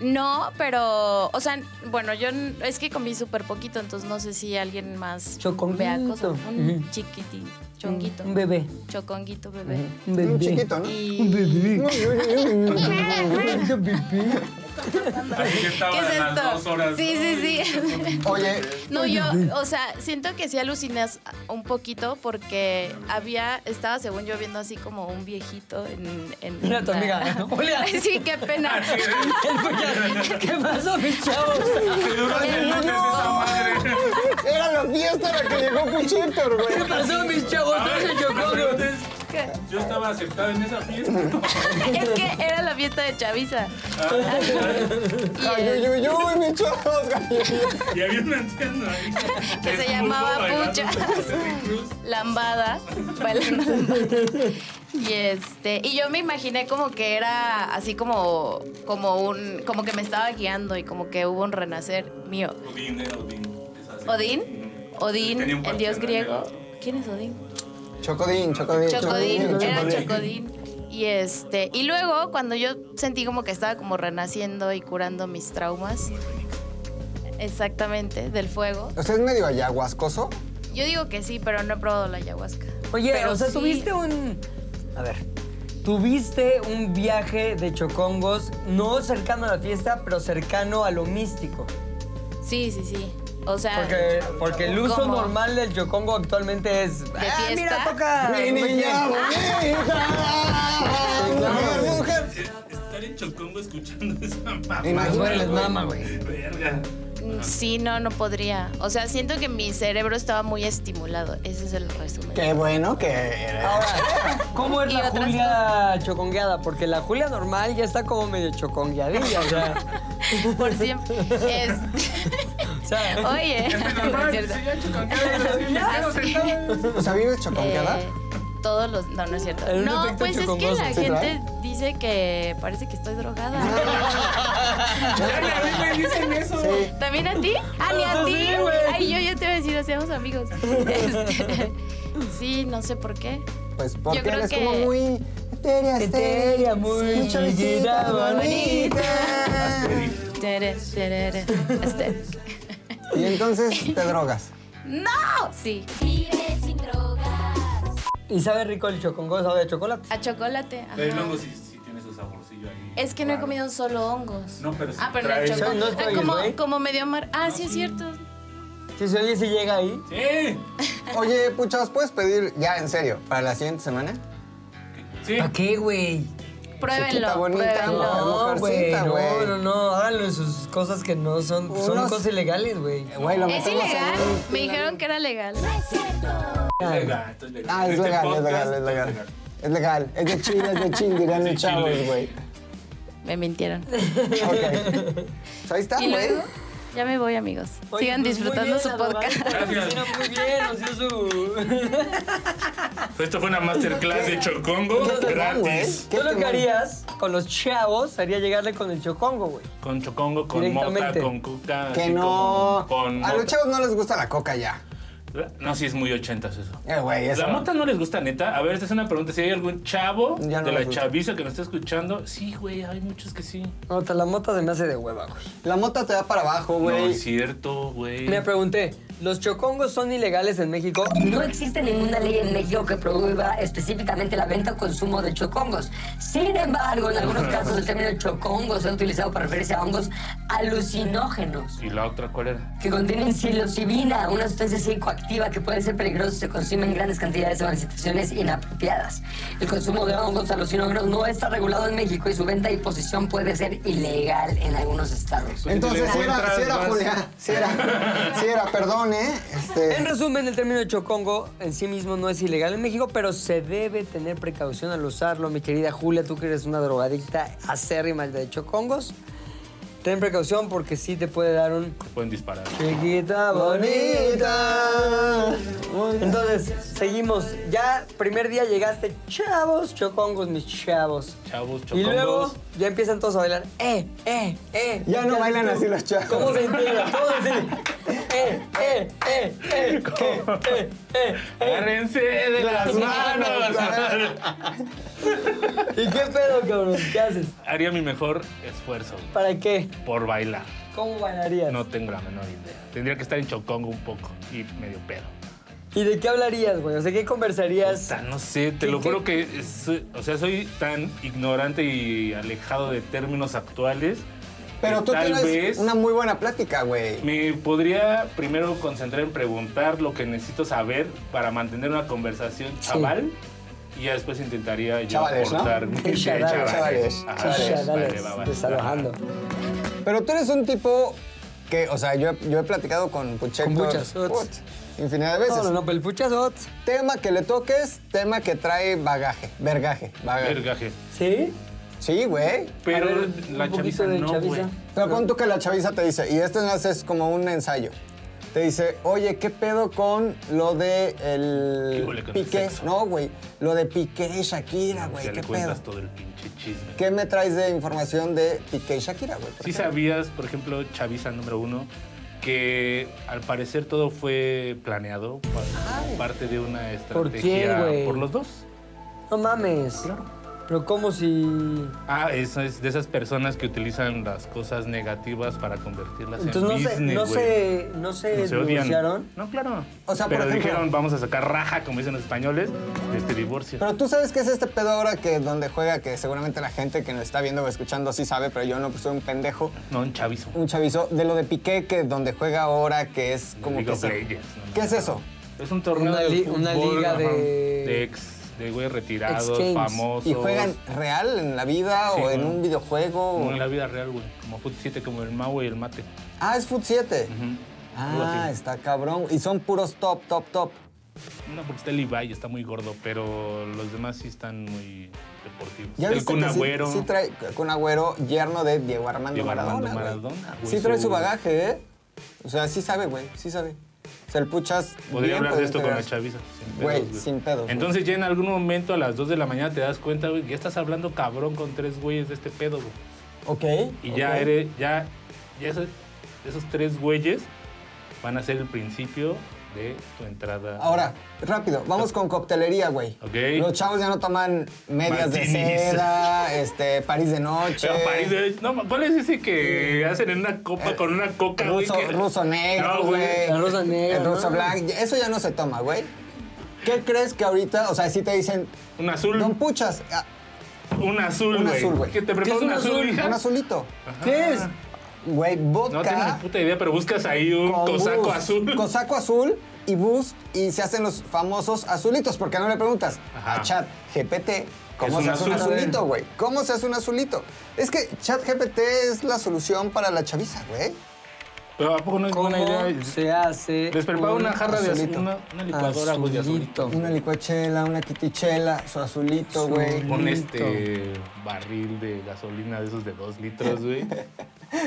H: No, pero, o sea, bueno, yo n- es que comí súper poquito, entonces no sé si alguien más
A: Choconguito.
H: vea cosas. Un
A: Ujú.
H: chiquitín, chonguito.
A: Un bebé.
H: Choconguito, bebé.
A: Un bebé.
B: Un chiquito, ¿no?
H: Y
A: Un bebé.
C: Así que
H: ¿Qué
C: estaban
H: es
C: las dos
H: esto?
C: horas.
H: Sí, sí, sí.
B: Oye,
H: No, yo, o sea, siento que sí alucinas un poquito porque había, estaba según yo viendo así como un viejito en. en
A: Mira tu
H: una-
A: amiga, Julia.
H: Ay, sí, qué
C: Ah,
H: pena.
A: ¿Qué pasó, mis chavos?
C: Se duró diez
H: No.
C: minutos esa madre.
B: era la fiesta la que llegó Puchito,
A: ¿Qué
B: güey.
A: pasó, mis chavos?
C: A ver,
A: Traje chocongo.
C: entonces,
H: ¿Qué?
C: Yo estaba aceptado en esa fiesta.
H: Es que era la fiesta de Chavisa.
C: Ah.
H: Y,
B: Ay, uy,
H: eh,
B: uy, uy, mis chavos,
C: Y había una antena ahí.
H: Que
C: El
H: se
C: grupo
H: llamaba
C: bailando
H: Puchas.
C: con Pepe Cruz.
H: lambada, bailando lambada. Y este, y yo me imaginé como que era así como como un como que me estaba guiando y como que hubo un renacer mío.
C: Odín era Odín. es así.
H: Odín, Odín,
C: Tenía un
H: el dios
C: parche, ¿no?
H: griego. ¿Quién es Odín?
B: Chocodín, chocodín.
H: Chocodín, era
B: chocodín.
H: Chocodín. Y este, y luego cuando yo sentí como que estaba como renaciendo y curando mis traumas. Exactamente, del fuego.
B: ¿Usted es medio ayahuascoso?
H: Yo digo que sí, pero no he probado la ayahuasca.
A: Oye,
H: Pero
A: o sea,
H: sí.
A: tuviste un. A ver. Tuviste un viaje de chocongos, no cercano a la fiesta, pero cercano a lo místico.
H: Sí, sí, sí. O sea,
A: Porque, porque el uso
H: Ah, ¿Cómo?
A: normal del chocongo actualmente es. ¿De
H: fiesta?
A: mira, toca!
B: Mi
A: no sé
B: niña
A: qué".
B: bonita. Mujer, mujer.
C: Estar en Chocongo escuchando esa mamá.
A: Las
B: Imagínate.
A: güeyes les mama, güey.
C: Verga.
H: mm, Sí, no, no podría. O sea, siento que mi cerebro estaba muy estimulado. Ese es el resumen.
B: Qué bueno que eres.
A: Ahora, ¿cómo es
H: Y
A: la
H: otras
A: Julia chocongueada? Porque la Julia normal ya está como medio chocongueadilla, o sea.
H: Por siempre. Es-
A: o sea,
H: Oye. por cierto. Eh,
B: O sea, ¿vives choconqueada?
H: Eh, todos los. No, no es cierto.
A: Hay un
H: No,
A: efecto
H: pues es que
A: chocongoso,
H: la
B: ¿sí,
H: gente dice que parece que estoy drogada.
B: Sí.
H: ¿También a ti? Ah, ni a
A: Pues
H: ti.
A: sí, güey.
H: Ay, yo ya te iba a decir, hacíamos amigos. Este, sí, no sé por qué.
B: Pues porque
H: Yo creo
B: eres
H: que-
B: como muy etérea,
A: Etérea,
B: etérea,
A: muy
B: muy chavita
A: bonita.
B: bonita.
H: Tere, terere, este.
B: Y entonces te drogas.
H: ¡No! Ah, Sí.
A: ¿Y sabe rico el chocongo? ¿Sabe a chocolate?
H: A chocolate. ajá.
C: Pero luego sí, sí tiene ese saborcillo ahí.
H: Es que no he
C: Claro.
H: comido solo hongos.
C: No, pero sí
H: Ah, pero no
C: trae- Mm.
H: el chocolate.
A: No, eh? no
H: Ah,
A: estoy, güey.
H: como, como medio mar. Ah, sí, es cierto.
A: Si se oye, si llega ahí.
C: Sí.
B: Oye, puchas, ¿puedes pedir ya en serio para la siguiente semana?
C: Sí.
A: ¿Para qué, güey?
H: Pruébenlo.
B: Chiquita bonita,
H: pruébenlo.
B: no.
A: No, güey,
B: mujercita,
A: no,
B: güey.
A: no, no, háganlo en sus cosas que no son, son
B: Unos-
A: cosas ilegales, güey.
B: Eh, Güey, lo
H: Es
B: metemos en
H: ilegal.
B: un-
H: Me dijeron que era legal.
C: Es legal, esto es legal.
B: Ah, es
C: Este
B: legal, es
C: podcast,
B: legal, es
C: esto
B: legal. Es legal, es de chile, es de chile, dirán los
C: Sí,
B: chavos,
C: chile.
B: güey.
H: Me mintieron.
B: Ok. Pues ahí está,
H: Y
B: güey.
H: luego, ya me voy, amigos.
A: Ah, Oye,
H: Sigan
A: pues, muy
H: disfrutando
A: bien,
H: su
A: Adonai,
H: podcast.
A: porque nos
C: Gracias.
A: hicieron Muy bien, nos hizo su...
C: Esto fue una masterclass de Chocongo gratis.
B: ¿Qué
A: Tú lo
B: te-
A: que harías con los chavos sería llegarle con el chocongo, güey.
C: Con Chocongo, con mota,
A: Directamente.
C: con cuca.
B: Que
C: así
B: no.
C: como Con
B: A los
C: mota.
B: chavos no les gusta la coca ya.
C: La- No, sí es muy ochentas eso.
B: Eh, güey, eso.
C: ¿La mota no les gusta, neta? A ver, esta es una pregunta. Si hay algún chavo
B: Ya no
C: de la
B: les gusta.
C: chaviza que nos está escuchando. Sí, güey, hay muchos que sí.
A: No, te la mota se me hace de hueva, güey.
B: La mota te da para abajo,
C: No
B: güey.
C: es cierto, güey.
A: Me pregunté, ¿los chocongos son ilegales en México?
D: No existe ninguna ley en México que prohíba específicamente la venta o consumo de chocongos. Sin embargo, en algunos casos el término chocongo se ha utilizado para referirse a hongos alucinógenos
C: ¿Y la otra cuál era?
D: que contienen psilocibina, una sustancia psicoactiva que puede ser peligrosa si se consume en grandes cantidades en situaciones inapropiadas. El consumo de hongos alucinógenos no está regulado en México y su venta y posesión puede ser ilegal en algunos estados.
B: Entonces,
C: Pues
B: sí
C: Si le
B: era, sí era,
C: encuentras, vas-
B: Julia. Sí era. Sí era, perdón, ¿eh? Este.
A: Pues En resumen, el término chocongo en sí mismo no es ilegal en México, pero se debe tener precaución al usarlo. Mi querida Julia, tú que eres una drogadicta acérrima de chocongos, ten precaución porque sí te puede dar un
C: Pueden disparar.
A: chiquita bonita. Entonces, seguimos. Ya, primer día llegaste, chavos, chocongos, mis chavos.
C: Chavos,
A: Y luego
C: chocongos.
A: ya empiezan todos a bailar. ¡Eh, eh, eh!
B: Ya no bailan así los chavos.
A: ¿Cómo se integra? ¿Cómo se integra? ¡Eh, eh, eh, eh! eh, eh, eh.
C: ¡Agárrense de las manos!
A: ¿Y qué pedo, cabrón? ¿Qué haces?
C: Haría mi mejor esfuerzo güey,
A: ¿Para qué?
C: por bailar.
A: ¿Cómo bailarías?
C: No tengo la menor idea. Tendría que estar en chocongo un poco y medio pedo.
A: ¿Y de qué hablarías, güey? O sea, ¿qué
C: O
A: conversarías?
C: sea, no sé, te lo juro que es- o sea, soy tan ignorante y alejado de términos actuales.
B: Pero
C: que
B: tú
C: tal
B: tienes
C: vez
B: una muy buena plática, güey.
C: me podría primero concentrar en preguntar lo que necesito saber para mantener una conversación chaval y ya después intentaría yo
B: Chavales, ¿no?
C: aportar mi-
A: Sí, chavales,
B: chavales,
C: Ajá,
B: chavales.
A: Ya, dale,
C: vale, va, va.
A: desalojando.
B: Pero tú eres un tipo que, o sea, yo, he- yo he platicado con Pucheco.
A: Con muchas.
B: Put, infinidad de veces.
A: No, no, no, pero el puchazot.
B: Tema que le toques, tema que trae bagaje, vergaje, bagaje.
C: Vergaje.
A: ¿Sí?
B: Sí, güey.
C: Pero
A: A ver,
C: la
A: un poquito
C: chaviza
A: de
C: no, güey.
A: chaviza.
B: Pero pon tú que la chaviza te dice, y esto es como un ensayo. Te dice, oye, ¿qué pedo con lo de
C: ¿Qué
B: el
C: huele con el
B: Piqué?
C: sexo? pues
B: No, güey. Lo de Piqué y Shakira, Ah, güey.
C: Ya
B: ¿Qué
C: le
B: pedo?
C: cuentas todo el pinche chisme.
B: ¿Qué me traes de información de Piqué y Shakira, güey? por
C: Sí
B: ejemplo?
C: sabías, por ejemplo, Chavisa número uno, que al parecer todo fue planeado pa- como parte de una
A: ¿Por
C: estrategia
A: quién, güey?
C: por los dos.
A: No mames. Pero como si.
C: Ah, eso es de esas personas que utilizan las cosas negativas para convertirlas
A: Entonces no
C: en business,
A: se, no
C: güey.
A: se, no se,
C: No se odian.
A: divorciaron.
C: No, claro.
B: O sea, por
C: Pero
B: ejemplo-
C: dijeron, vamos a sacar raja, como dicen los españoles, de este divorcio.
B: Pero tú sabes qué es este pedo ahora que donde juega, que seguramente la gente que nos está viendo o escuchando sí sabe, pero yo no pues, soy un pendejo,
C: No, un chavizo.
B: un chavizo, de lo de Piqué, que donde juega ahora, que es como
C: League
B: que...
C: of
B: se-
C: Legends, no, no,
B: ¿Qué es
C: no.
B: eso?
C: Es un torneo
A: Una
C: de
A: li-
C: fútbol,
A: una liga
C: ajá,
A: de-
C: de ex, de güey retirados,
A: Ex-games.
C: famosos.
B: ¿Y juegan real en la vida
C: Sí,
B: o en
C: güey.
B: un videojuego?
C: Como en la vida real, güey. Como Foot 7, como el Mau y el Mate.
B: Ah, es Food 7.
C: Ujú. Algo
B: Ah,
C: así.
B: está cabrón. Y son puros top, top, top.
C: No, porque está el Ibai, está muy gordo, pero los demás sí están muy deportivos.
B: ¿Ya
C: el
B: viste
C: Kun
B: que sí-
C: Agüero,
B: Sí, trae Kun Agüero, yerno de Diego Armando
C: Diego Armando
B: Maradona. güey.
C: Maradona, güey,
B: sí trae su
C: su-
B: bagaje, ¿eh? O sea, sí sabe, güey, sí sabe. O sea, el Puchas... bien
C: Podría hablar de
B: puede
C: esto con la
B: integrar.
C: chaviza. sin pedos,
B: Güey, sin pedos, güey.
C: Entonces ya en algún momento a las 2 de la mañana te das cuenta, güey, que ya estás hablando cabrón con tres güeyes de este pedo, güey.
B: Ok.
C: Y ya
B: ok.
C: eres, ya, ya esos, esos tres güeyes van a ser el principio de tu entrada.
B: Ahora, rápido, vamos con coctelería, güey.
C: Ok.
B: Los chavos ya no toman medias de
C: Martinis.
B: seda, este, París de noche.
C: Pero París, eh, no, ¿cuál es ese que hacen en una copa con una coca, güey?
B: Ruso,
C: que-
B: ruso negro,
C: No,
B: güey.
A: El ruso negro,
B: El ruso
A: ¿no?
B: blanco. Eso ya no se toma, güey. ¿Qué crees que ahorita, o sea, si te dicen,
C: Un azul,
B: don Puchas, ah,
C: un azul,
B: Un
C: güey.
B: azul, güey.
C: ¿Qué te
A: ¿Qué
C: preparas
A: es
C: un
A: un azul?
C: azul, hija? Ah,
B: un azulito?
A: ¿Qué es?
B: Güey,
C: No tengo ni
B: vodka.
C: puta idea, pero buscas ahí un
B: con
C: cosaco
B: Boost.
C: azul.
B: Cosaco azul y boost y se hacen los famosos azulitos, porque no le preguntas
C: Ajá.
B: a Chat GPT cómo
C: Es
B: se
C: un
B: hace un
C: azul.
B: azulito, güey. ¿Cómo se hace un azulito? Es que Chat GPT es la solución para la chaviza, güey.
C: Pero ¿a poco no es
A: ¿Cómo
C: buena idea?
A: se hace?
C: Les preparo
A: un
C: una jarra de azul,
B: azulito.
C: una, una licuadora, güey, de azulito.
A: azulito?
B: Una licuachela, una kitichela, su azulito, güey.
C: Pon este barril de gasolina de esos de dos litros, güey.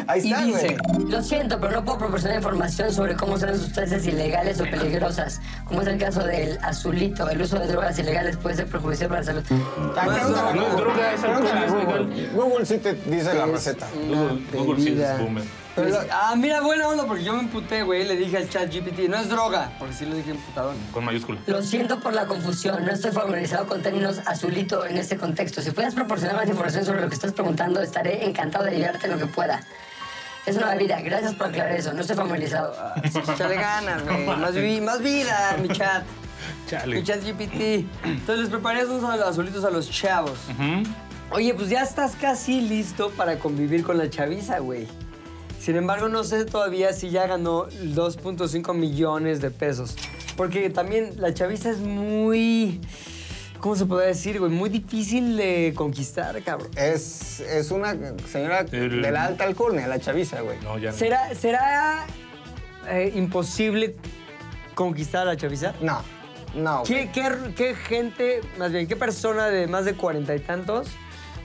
B: Ahí
A: Y
B: está,
A: dice,
B: güey.
D: Lo siento, pero no puedo proporcionar información sobre cómo son las sustancias ilegales o peligrosas, como es el caso del azulito. El uso de drogas ilegales puede ser perjudicial para la salud.
B: Ah, pregúntale a
C: no es
B: Google.
C: droga, es alcohol,
B: Pregúntale a
C: es
B: Ah, Google.
C: legal.
B: Google sí te dice la receta.
C: Google, Google sí es boomer.
A: Pero- ah, mira, buena onda, porque yo me emputé, güey. Le dije al chat GPT, no es droga, porque sí lo dije emputadón.
C: Con mayúscula.
D: Lo siento por la confusión, no estoy familiarizado con términos azulito en este contexto. Si puedes proporcionar más información sobre lo que estás preguntando, estaré encantado de ayudarte en lo que pueda. Es una bebida, gracias por aclarar eso, no estoy familiarizado.
A: Ah, Échale ganas, güey. Más, vi- más vida, mi chat.
C: Chale.
A: Mi chat GPT. Entonces les preparé unos azulitos a los chavos. Oye, pues ya estás casi listo para convivir con la chaviza, güey. Sin embargo, no sé todavía si ya ganó 2.5 millones de pesos. Porque también la chaviza es muy... ¿Cómo se podría decir, güey? Muy difícil de conquistar, cabrón.
B: Es, es una señora
C: El-
B: de la alta alcurnia, la chaviza, güey.
C: No, ya no.
A: ¿Será, será eh, imposible conquistar a la chaviza?
B: No, no.
A: ¿Qué,
B: güey.
A: qué- qué gente, más bien, qué persona de más de cuarenta y tantos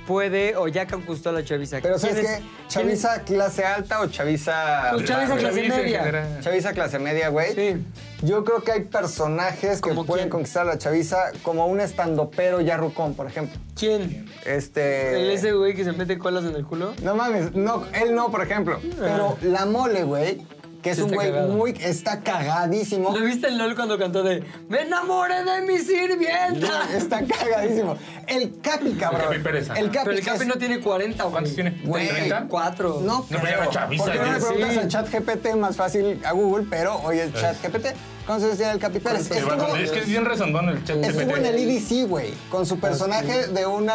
A: puede o ya conquistó a la chaviza?
B: Pero ¿sabes
A: ¿Quién es-
B: qué?
A: quién es-
B: ¿Chaviza clase alta o chaviza...
A: Pues
C: Ah,
A: chaviza clase
C: Chaviza en
A: media.
C: general.
B: Chaviza clase media, güey.
A: Sí.
B: Yo creo que hay personajes que
A: ¿Como
B: pueden
A: quién?
B: conquistar a la chaviza, como un estandopero ya rucón, por ejemplo.
A: ¿Quién?
B: Este...
A: ¿El ese güey que se mete colas en el culo?
B: No mames, no, él no, por ejemplo. Pero la mole, güey, que es
A: Ah. Sí
B: un
A: está
B: güey
A: cagado.
B: muy... Está cagadísimo.
A: ¿Lo viste el LOL cuando cantó de Me enamoré de mi sirvienta?
B: Está cagadísimo. El Capi, cabrón.
C: Capi Pérez, ajá.
B: El Capi,
A: Pero el Capi
B: es-
A: no tiene 40, güey.
C: ¿Cuántos tiene?
A: Güey,
C: ¿treinta?
A: cuatro.
B: No,
C: pero
B: creo.
C: era chaviza,
B: ¿Por qué no le
C: ya.
B: preguntas
A: Sí.
B: al chat GPT? Más fácil a Google, pero hoy es chat GPT. Entonces tiene el Capi Pérez.
C: Te va a
B: Estuvo-
C: contar, Es que es bien rezongón el chat.
B: Estuvo
C: GPT.
B: en el IDC, güey, con su personaje de una...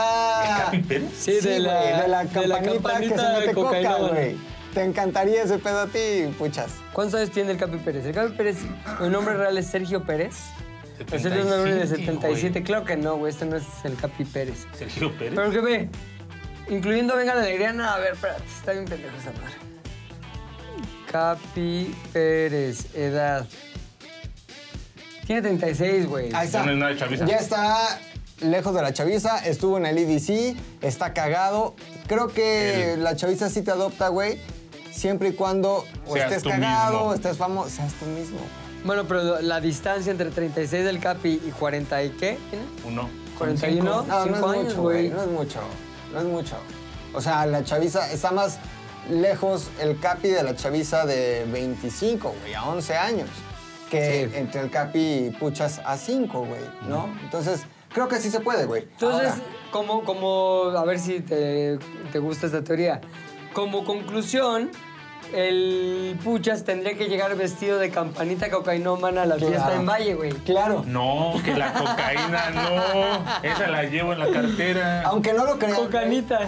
C: ¿Capi Pérez?
A: Sí, de,
B: güey,
A: la,
B: de la
A: de
B: campanita,
A: la campanita
B: que se
A: de
B: mete coca,
A: cocaína.
B: güey. Te encantaría ese pedo a ti, puchas.
A: ¿Cuántos años tiene el Capi Pérez? El Capi Pérez, el nombre real es Sergio Pérez. El Sergio es un hombre de 77. Claro que no, güey, este no es el Capi Pérez.
C: güey. Sergio Pérez.
A: Pero que ve, incluyendo Venga la Alegría, no, a ver, espérate, está bien pendejo esa madre. Capi Pérez, edad. Tiene 36, güey.
B: Ahí está.
C: Ya no es nada de chaviza.
B: Ya está lejos de la chaviza, estuvo en el IDC, está cagado. Creo que
C: El-
B: la chaviza sí te adopta, güey, siempre y cuando o
C: Seas
B: estés
C: tú
B: cagado,
C: mismo.
B: o estés famoso, seas tú mismo.
A: Bueno, pero lo- la distancia entre 36 del Capi y 40 y qué? ¿Tiene?
C: Uno.
A: 41,
B: Ah, No, no es
A: 5 Oh, años,
B: mucho, güey,
A: güey.
B: no es mucho, no es mucho. O sea, la chaviza está más lejos el capi de la chaviza de 25, güey, a 11 años, que
A: Sí.
B: entre el capi y puchas a 5, güey, ¿no? Entonces, creo que sí se puede, güey.
A: Entonces,
B: Ahora,
A: como, como, a ver si te, te gusta esta teoría. Como conclusión, el Puchas tendría que llegar vestido de campanita cocainómana a la
B: Claro.
A: fiesta en Valle, güey.
B: claro.
C: No, que la cocaína no. Esa la llevo en la cartera.
B: Aunque no lo crean. güey,
A: Cocanita.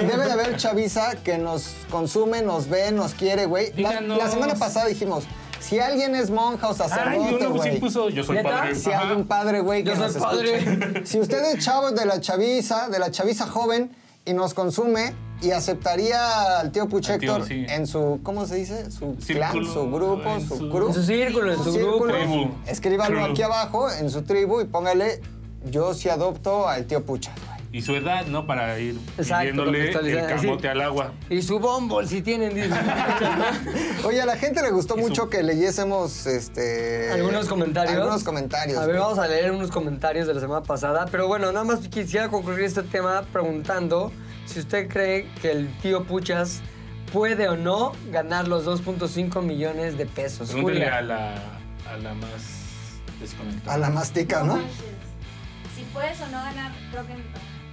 B: Debe de haber chaviza que nos consume, nos ve, nos quiere, güey. La,
C: Díganos.
B: la semana pasada dijimos, si alguien es monja o
C: Ay,
B: sacerdote,
C: uno sí
B: güey.
C: puso, yo soy
A: ¿Neta?
C: padre.
B: Si
C: Ajá.
B: hay un padre, güey, que
A: Yo soy
B: nos
A: padre.
B: escuche. Si usted es chavo de la chaviza, de la chaviza joven, y nos consume y aceptaría al tío Puchector
C: Al tío, sí.
B: en su, ¿cómo se dice? Su clan,
C: Círculo,
B: su grupo,
C: en
B: su,
C: su-
B: crew.
A: En su círculo, en su grupo.
C: Tribu.
B: Escríbanlo
C: Crew.
B: aquí abajo, en su tribu, y póngale, yo sí adopto al tío Pucha.
C: Y su edad, ¿no? Para ir
A: Exacto,
C: pidiéndole el
A: contextualizar,
C: camote
A: sí.
C: al agua.
A: Y su bombol, si tienen. dice.
B: Oye, a la gente le gustó mucho que leyésemos este
A: Algunos comentarios.
B: Algunos comentarios.
A: A ver,
B: güey.
A: vamos a leer unos comentarios de la semana pasada. Pero bueno, nada más quisiera concluir este tema preguntando si usted cree que el tío Puchas puede o no ganar los 2.5 millones de pesos.
C: Pregúntale
A: Julia.
C: a la, a la más desconectada.
B: A la mastica, ¿no?
J: Si puedes o no ganar, creo que no.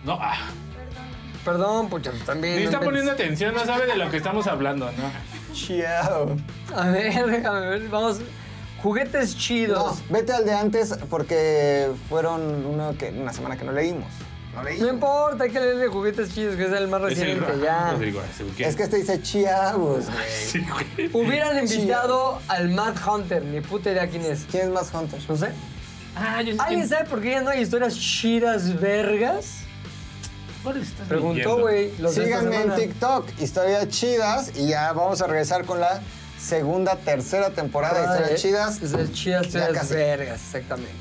C: No, ah.
J: Perdón.
A: Perdón, Puchas, también.
C: Ni
A: no
C: está
A: inventes.
C: poniendo atención, no sabe de lo que estamos hablando, ¿no?
B: Chiao.
A: A ver, déjame ver, vamos. Juguetes
B: No,
A: chidos.
B: vete al de antes porque fueron uno que, una semana que no leímos. No
A: No,
B: leímos.
A: importa, hay que leer de juguetes chidos, que es el más
C: Es el
A: reciente,
C: ra-
A: Pues ya.
C: Rodrigo, ese, ¿qué?
B: Es que este dice chiabos, güey.
C: Sí, güey.
A: Hubieran invitado al Mad Hunter, ni puta idea quién es.
B: ¿Quién es más Hunter?
A: No sé.
C: Ah, yo sé
A: ¿Alguien
C: quién-
A: sabe por qué ya no hay historias chidas vergas?
C: ¿Cuál estás
A: Preguntó,
C: leyendo?
A: güey. los de esta
B: Síganme en
A: semana.
B: TikTok, historias chidas, y ya vamos a regresar con la segunda, tercera temporada de historias
A: Ah,
B: chidas.
A: eh, Historias chidas,
B: Ya
A: historias
B: casi.
A: vergas, exactamente.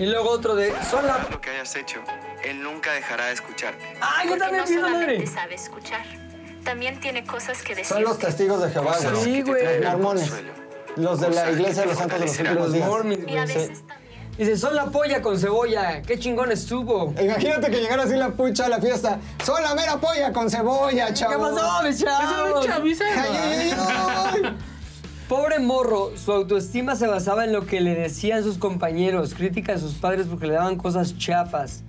A: Y luego otro de. Son la.
K: lo que hayas hecho, él nunca dejará de escucharte.
A: ¡Ah, yo
L: Porque
A: también
L: no
A: pido madre!
L: solamente sabe escuchar, también tiene cosas que decir.
B: Son los testigos de Jehová,
K: Cosas
B: güey.
A: Sí,
K: Ah, que te
A: güey.
K: traerán
B: Los mormones.
K: consuelo.
B: Los de la
K: Cosas
B: iglesia
K: que
B: de los
K: te
B: santos de los
K: fortalecerán.
B: últimos
A: Los
B: días.
A: Mormons,
L: Y a
A: güey.
L: veces
B: ¿eh?
L: también.
A: Dice, son la polla con cebolla. ¡Qué chingón estuvo!
B: Imagínate que llegara así la pucha a la fiesta. Son la mera polla con cebolla,
A: ¿Qué
B: chavos.
A: pasó, mi chavo?
B: Ay, ay, ay, ay.
A: Pobre morro, su autoestima se basaba en lo que le decían sus compañeros, críticas de sus padres porque le daban cosas chafas.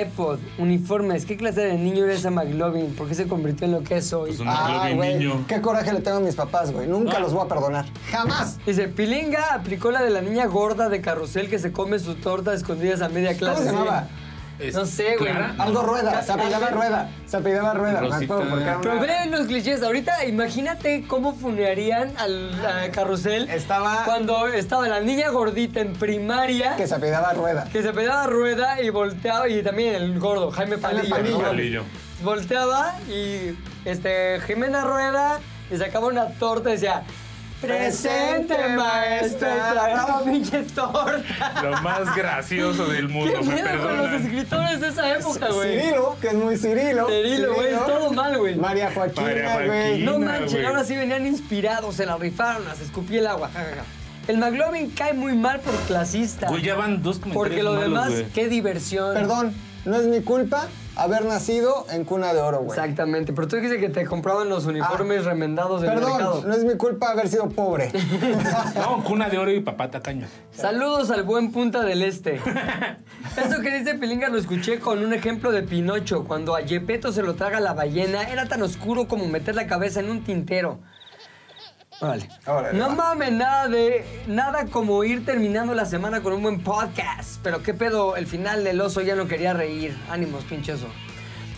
A: iPod, uniformes, ¿qué clase de niño era ese McLovin? ¿Por qué se convirtió en lo que es hoy?
C: Pues un-
B: Ah,
C: Lo vi,
B: güey,
C: niño.
B: Qué coraje le tengo a mis papás, güey. Nunca los voy a perdonar. Jamás.
A: Dice, Pilinga aplicó la de la niña gorda de carrusel que se come su torta a escondidas a media
B: ¿Cómo
A: clase.
B: se
A: Sí.
B: llamaba?
C: Es
A: No sé, güey.
C: Clara.
B: Algo rueda. Se apellidaba rueda. Se apellidaba rueda. Me
C: Rosita.
B: acuerdo porque era
A: Pero
B: una-
A: vean los clichés. Ahorita imagínate cómo funearían al a carrusel
B: Estaba-
A: cuando estaba la niña gordita en primaria
B: que se apellidaba rueda.
A: que se pegaba rueda y volteaba y también el gordo Jaime
B: Jaime
A: Palillo,
B: Palillo.
A: ¿no?
C: Palillo.
A: volteaba y este Jimena Rueda y sacaba una torta y decía presente maestra y sacaba pinche torta
C: Lo más gracioso del
A: qué
C: mundo, me
A: miedo con los
C: perdonan.
A: escritores de esa época güey
B: Cirilo, que es muy Cirilo.
A: Cirilo, güey, es todo mal, güey.
B: María Joaquina,
C: María
B: güey.
C: Joaquina.
A: no
C: China,
A: manches
C: güey.
A: ahora sí venían inspirados se la rifaron las escupí el agua ja, ja, ja. el McLovin cae muy mal por clasista
C: Güey, ya van dos comentarios
A: porque lo
C: malos,
A: demás
C: güey.
A: qué diversión
B: Perdón, no es mi culpa haber nacido en cuna de oro, güey.
A: Exactamente, pero tú dijiste que te compraban los uniformes remendados del mercado.
B: Ah, Perdón, no es mi culpa haber sido pobre.
C: No, cuna de oro y papá tacaño.
A: Saludos al buen Punta del Este. Eso que dice Pilinga lo escuché con un ejemplo de Pinocho. Cuando a Yepeto se lo traga la ballena, era tan oscuro como meter la cabeza en un tintero. Órale.
B: Órale,
A: no
B: va.
A: mames, nada de. Nada como ir terminando la semana con un buen podcast. Pero qué pedo, el final del oso ya no quería reír. Ánimos, pinchoso.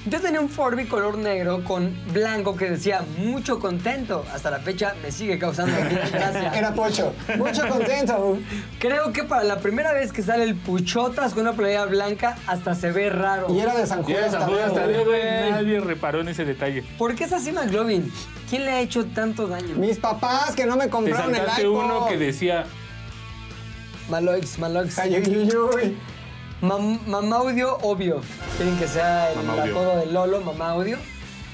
A: Yo tenía un Forby color negro con blanco que decía mucho contento. Hasta la fecha me sigue causando gracia.
B: Era Pocho. Mucho contento.
A: Creo que para la primera vez que sale el Puchotas con una playera blanca, hasta se ve raro.
B: Y era de San
C: Ya
B: Juan.
C: esa duda hasta de- güey, Nadie reparó en ese detalle.
A: ¿Por qué es así McLovin? ¿Quién le ha hecho tanto daño?
B: Mis papás que no me
C: Te
B: compraron el
C: saltaste
B: iPhone.
C: uno que decía
A: Maloix, Maloix.
B: Ay, uy, uy, uy.
A: Mam- Mamaudio Obvio. Quieren que sea el
C: Mamaudio.
A: apodo de Lolo, Mamaudio.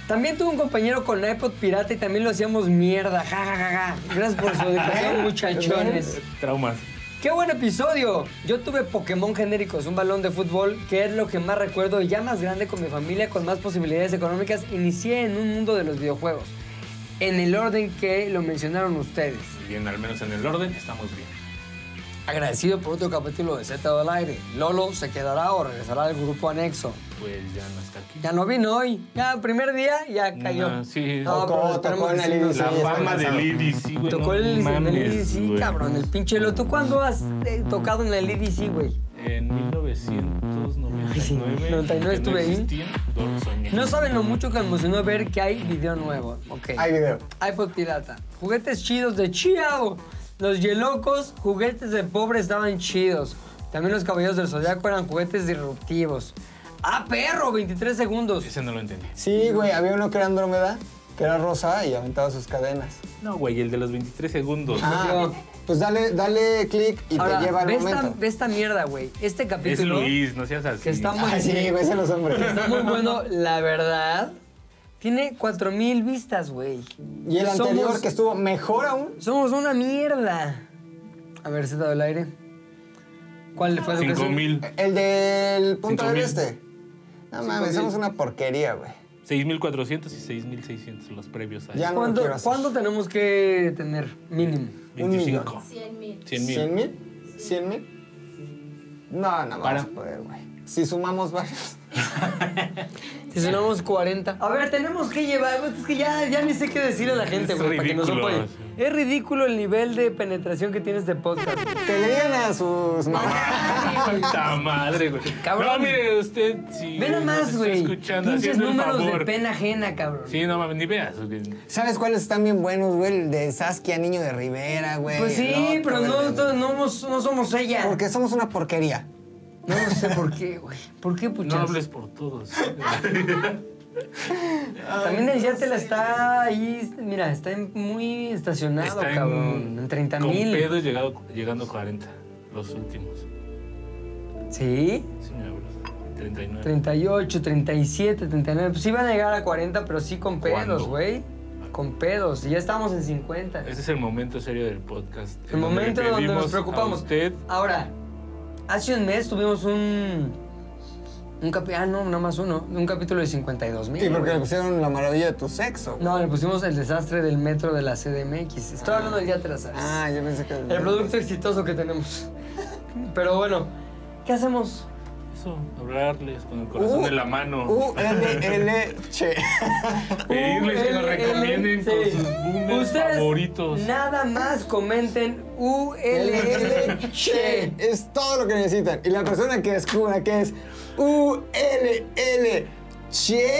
A: También tuve un compañero con la iPod pirata y también lo hacíamos mierda. Ja, ja, ja, ja. Gracias por su dedicación, muchachones.
C: "Eh, Traumas.
A: ¡Qué buen episodio! Yo tuve Pokémon genéricos, un balón de fútbol, que es lo que más recuerdo y ya más grande con mi familia, con más posibilidades económicas, inicié en un mundo de los videojuegos. En el orden que lo mencionaron ustedes.
C: Bien, al menos en el orden estamos bien.
A: Agradecido por otro capítulo de Z del Aire. Lolo se quedará o regresará al grupo anexo.
C: Pues ya no está aquí.
A: Ya no vino hoy. Ya, primer día, ya cayó.
C: No, Ah, sí.
A: No,
B: Tocó,
A: pero esperemos
B: tocó en
A: que
B: el
A: sí nos-
B: IBC,
C: La
B: está
C: fama
B: cansado.
C: del IDC, güey.
A: Tocó
C: no
A: el, en el
C: mames,
A: IDC,
C: güey.
A: cabrón, el pinche Lolo. ¿Tú cuándo has eh, tocado en el IDC, güey?
C: En 1999.
A: Ay, sí, 99
C: que no
A: estuve ahí.
C: existía, no lo soñé.
A: No saben lo mucho que me emocionó ver que hay video nuevo. Ok.
B: Hay video.
A: iPod pirata. Juguetes chidos de Chiao. Los Yelocos, juguetes de pobre estaban chidos. También los Caballeros del Zodiaco eran juguetes disruptivos. ¡Ah, perro! 23 segundos.
C: Ese no lo entendí.
B: Sí, güey, había uno que era Andrómeda, que era rosa y aventaba sus cadenas.
C: No, güey, el de los 23 segundos.
B: Ah, pues dale, dale clic y
A: Ahora,
B: te lleva al
A: ve esta,
B: momento.
A: ve esta mierda, güey. Este
C: es
A: capítulo,
C: Luis, no seas así.
A: que está muy,
B: Ah, sí, güey, ese los hombres.
A: está muy bueno, la verdad, tiene 4000 vistas, güey.
B: Y el
A: Somos-
B: anterior que estuvo mejor aún.
A: Somos una mierda. A ver, se del aire. ¿Cuál fue su
C: 5000,
B: El del punto del
C: Cinco mil.
B: este. No mames, somos una porquería, güey.
C: 6400 y 6600 los previos
B: Ya
C: a él.
B: no lo
A: ¿Cuándo,
B: quiero hacer.
A: ¿Cuándo tenemos que tener mínimo?
B: un
C: 25.
M: mil.
C: 100
B: ¿Cien
C: mil.
B: mil? ¿Cien mil? No, no
C: Para.
B: vamos a poder, güey. Si sumamos varios.
A: Si sonamos 40. A ver, tenemos que llevar. Es que ya, ya ni sé qué decirle a la gente,
C: Es
A: güey, para que nos
C: ridículo,
A: apoye.
C: sí.
A: Es ridículo el nivel de penetración que tienes de podcast. güey.
B: Que le digan a sus mamás.
C: Puta madre, güey.
A: Cabrón.
C: No, mire, usted si
A: Ve nada
C: nos
A: más,
C: está
A: güey.
C: escuchando,
A: Pinches
C: haciendo el
A: números de
C: favor.
A: pena ajena, cabrón.
C: Sí, no mames, ni veas. güey.
B: ¿Sabes cuáles están bien buenos, güey? El de Saskia, niño de Rivera, güey.
A: Pues sí,
B: el otro,
A: pero
B: el
A: no,
B: de-
A: no, somos- no somos ella.
B: Porque somos una porquería.
A: No sé por qué, güey. ¿Por qué, puchas?
C: No hables por todos.
A: También el Yatel está ahí, mira, está en- muy estacionado,
C: Está
A: cabrón. En 30
C: Con
A: mil.
C: pedo llegado, llegando a 40. Los últimos.
A: Sí,
C: Sí, me hablas. 39.
A: 38, 37, 39. Pues sí van a llegar a 40, pero sí con pedos,
C: ¿Cuándo?
A: güey. Con pedos. Y ya estamos en 50.
C: Este es el momento serio del podcast.
A: El
C: en le
A: momento donde
C: pedimos
A: nos preocupamos.
C: A usted,
A: Ahora, hace un mes tuvimos un. Un capi- ah, no, nada más uno. Un capítulo de 52 mil.
B: Y porque le pusieron la maravilla de tu sexo. güey.
A: No, le pusimos el desastre del metro de la CDMX. Estoy hablando del Yatel, ¿sabes?
B: Ah, yo pensé que.
A: El producto exitoso que tenemos. Pero bueno, ¿qué hacemos?
C: eso, hablarles con el corazón
B: Uh,
C: en la mano.
B: U L L che.
C: pedirles
A: uh,
C: que nos recomienden con
A: Sí.
C: sus boomers
A: Ustedes
C: favoritos.
A: Nada más comenten ULL Che.
B: Es todo lo que necesitan. Y la persona que descubra que es U L L che.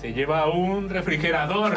C: Se lleva un refrigerador.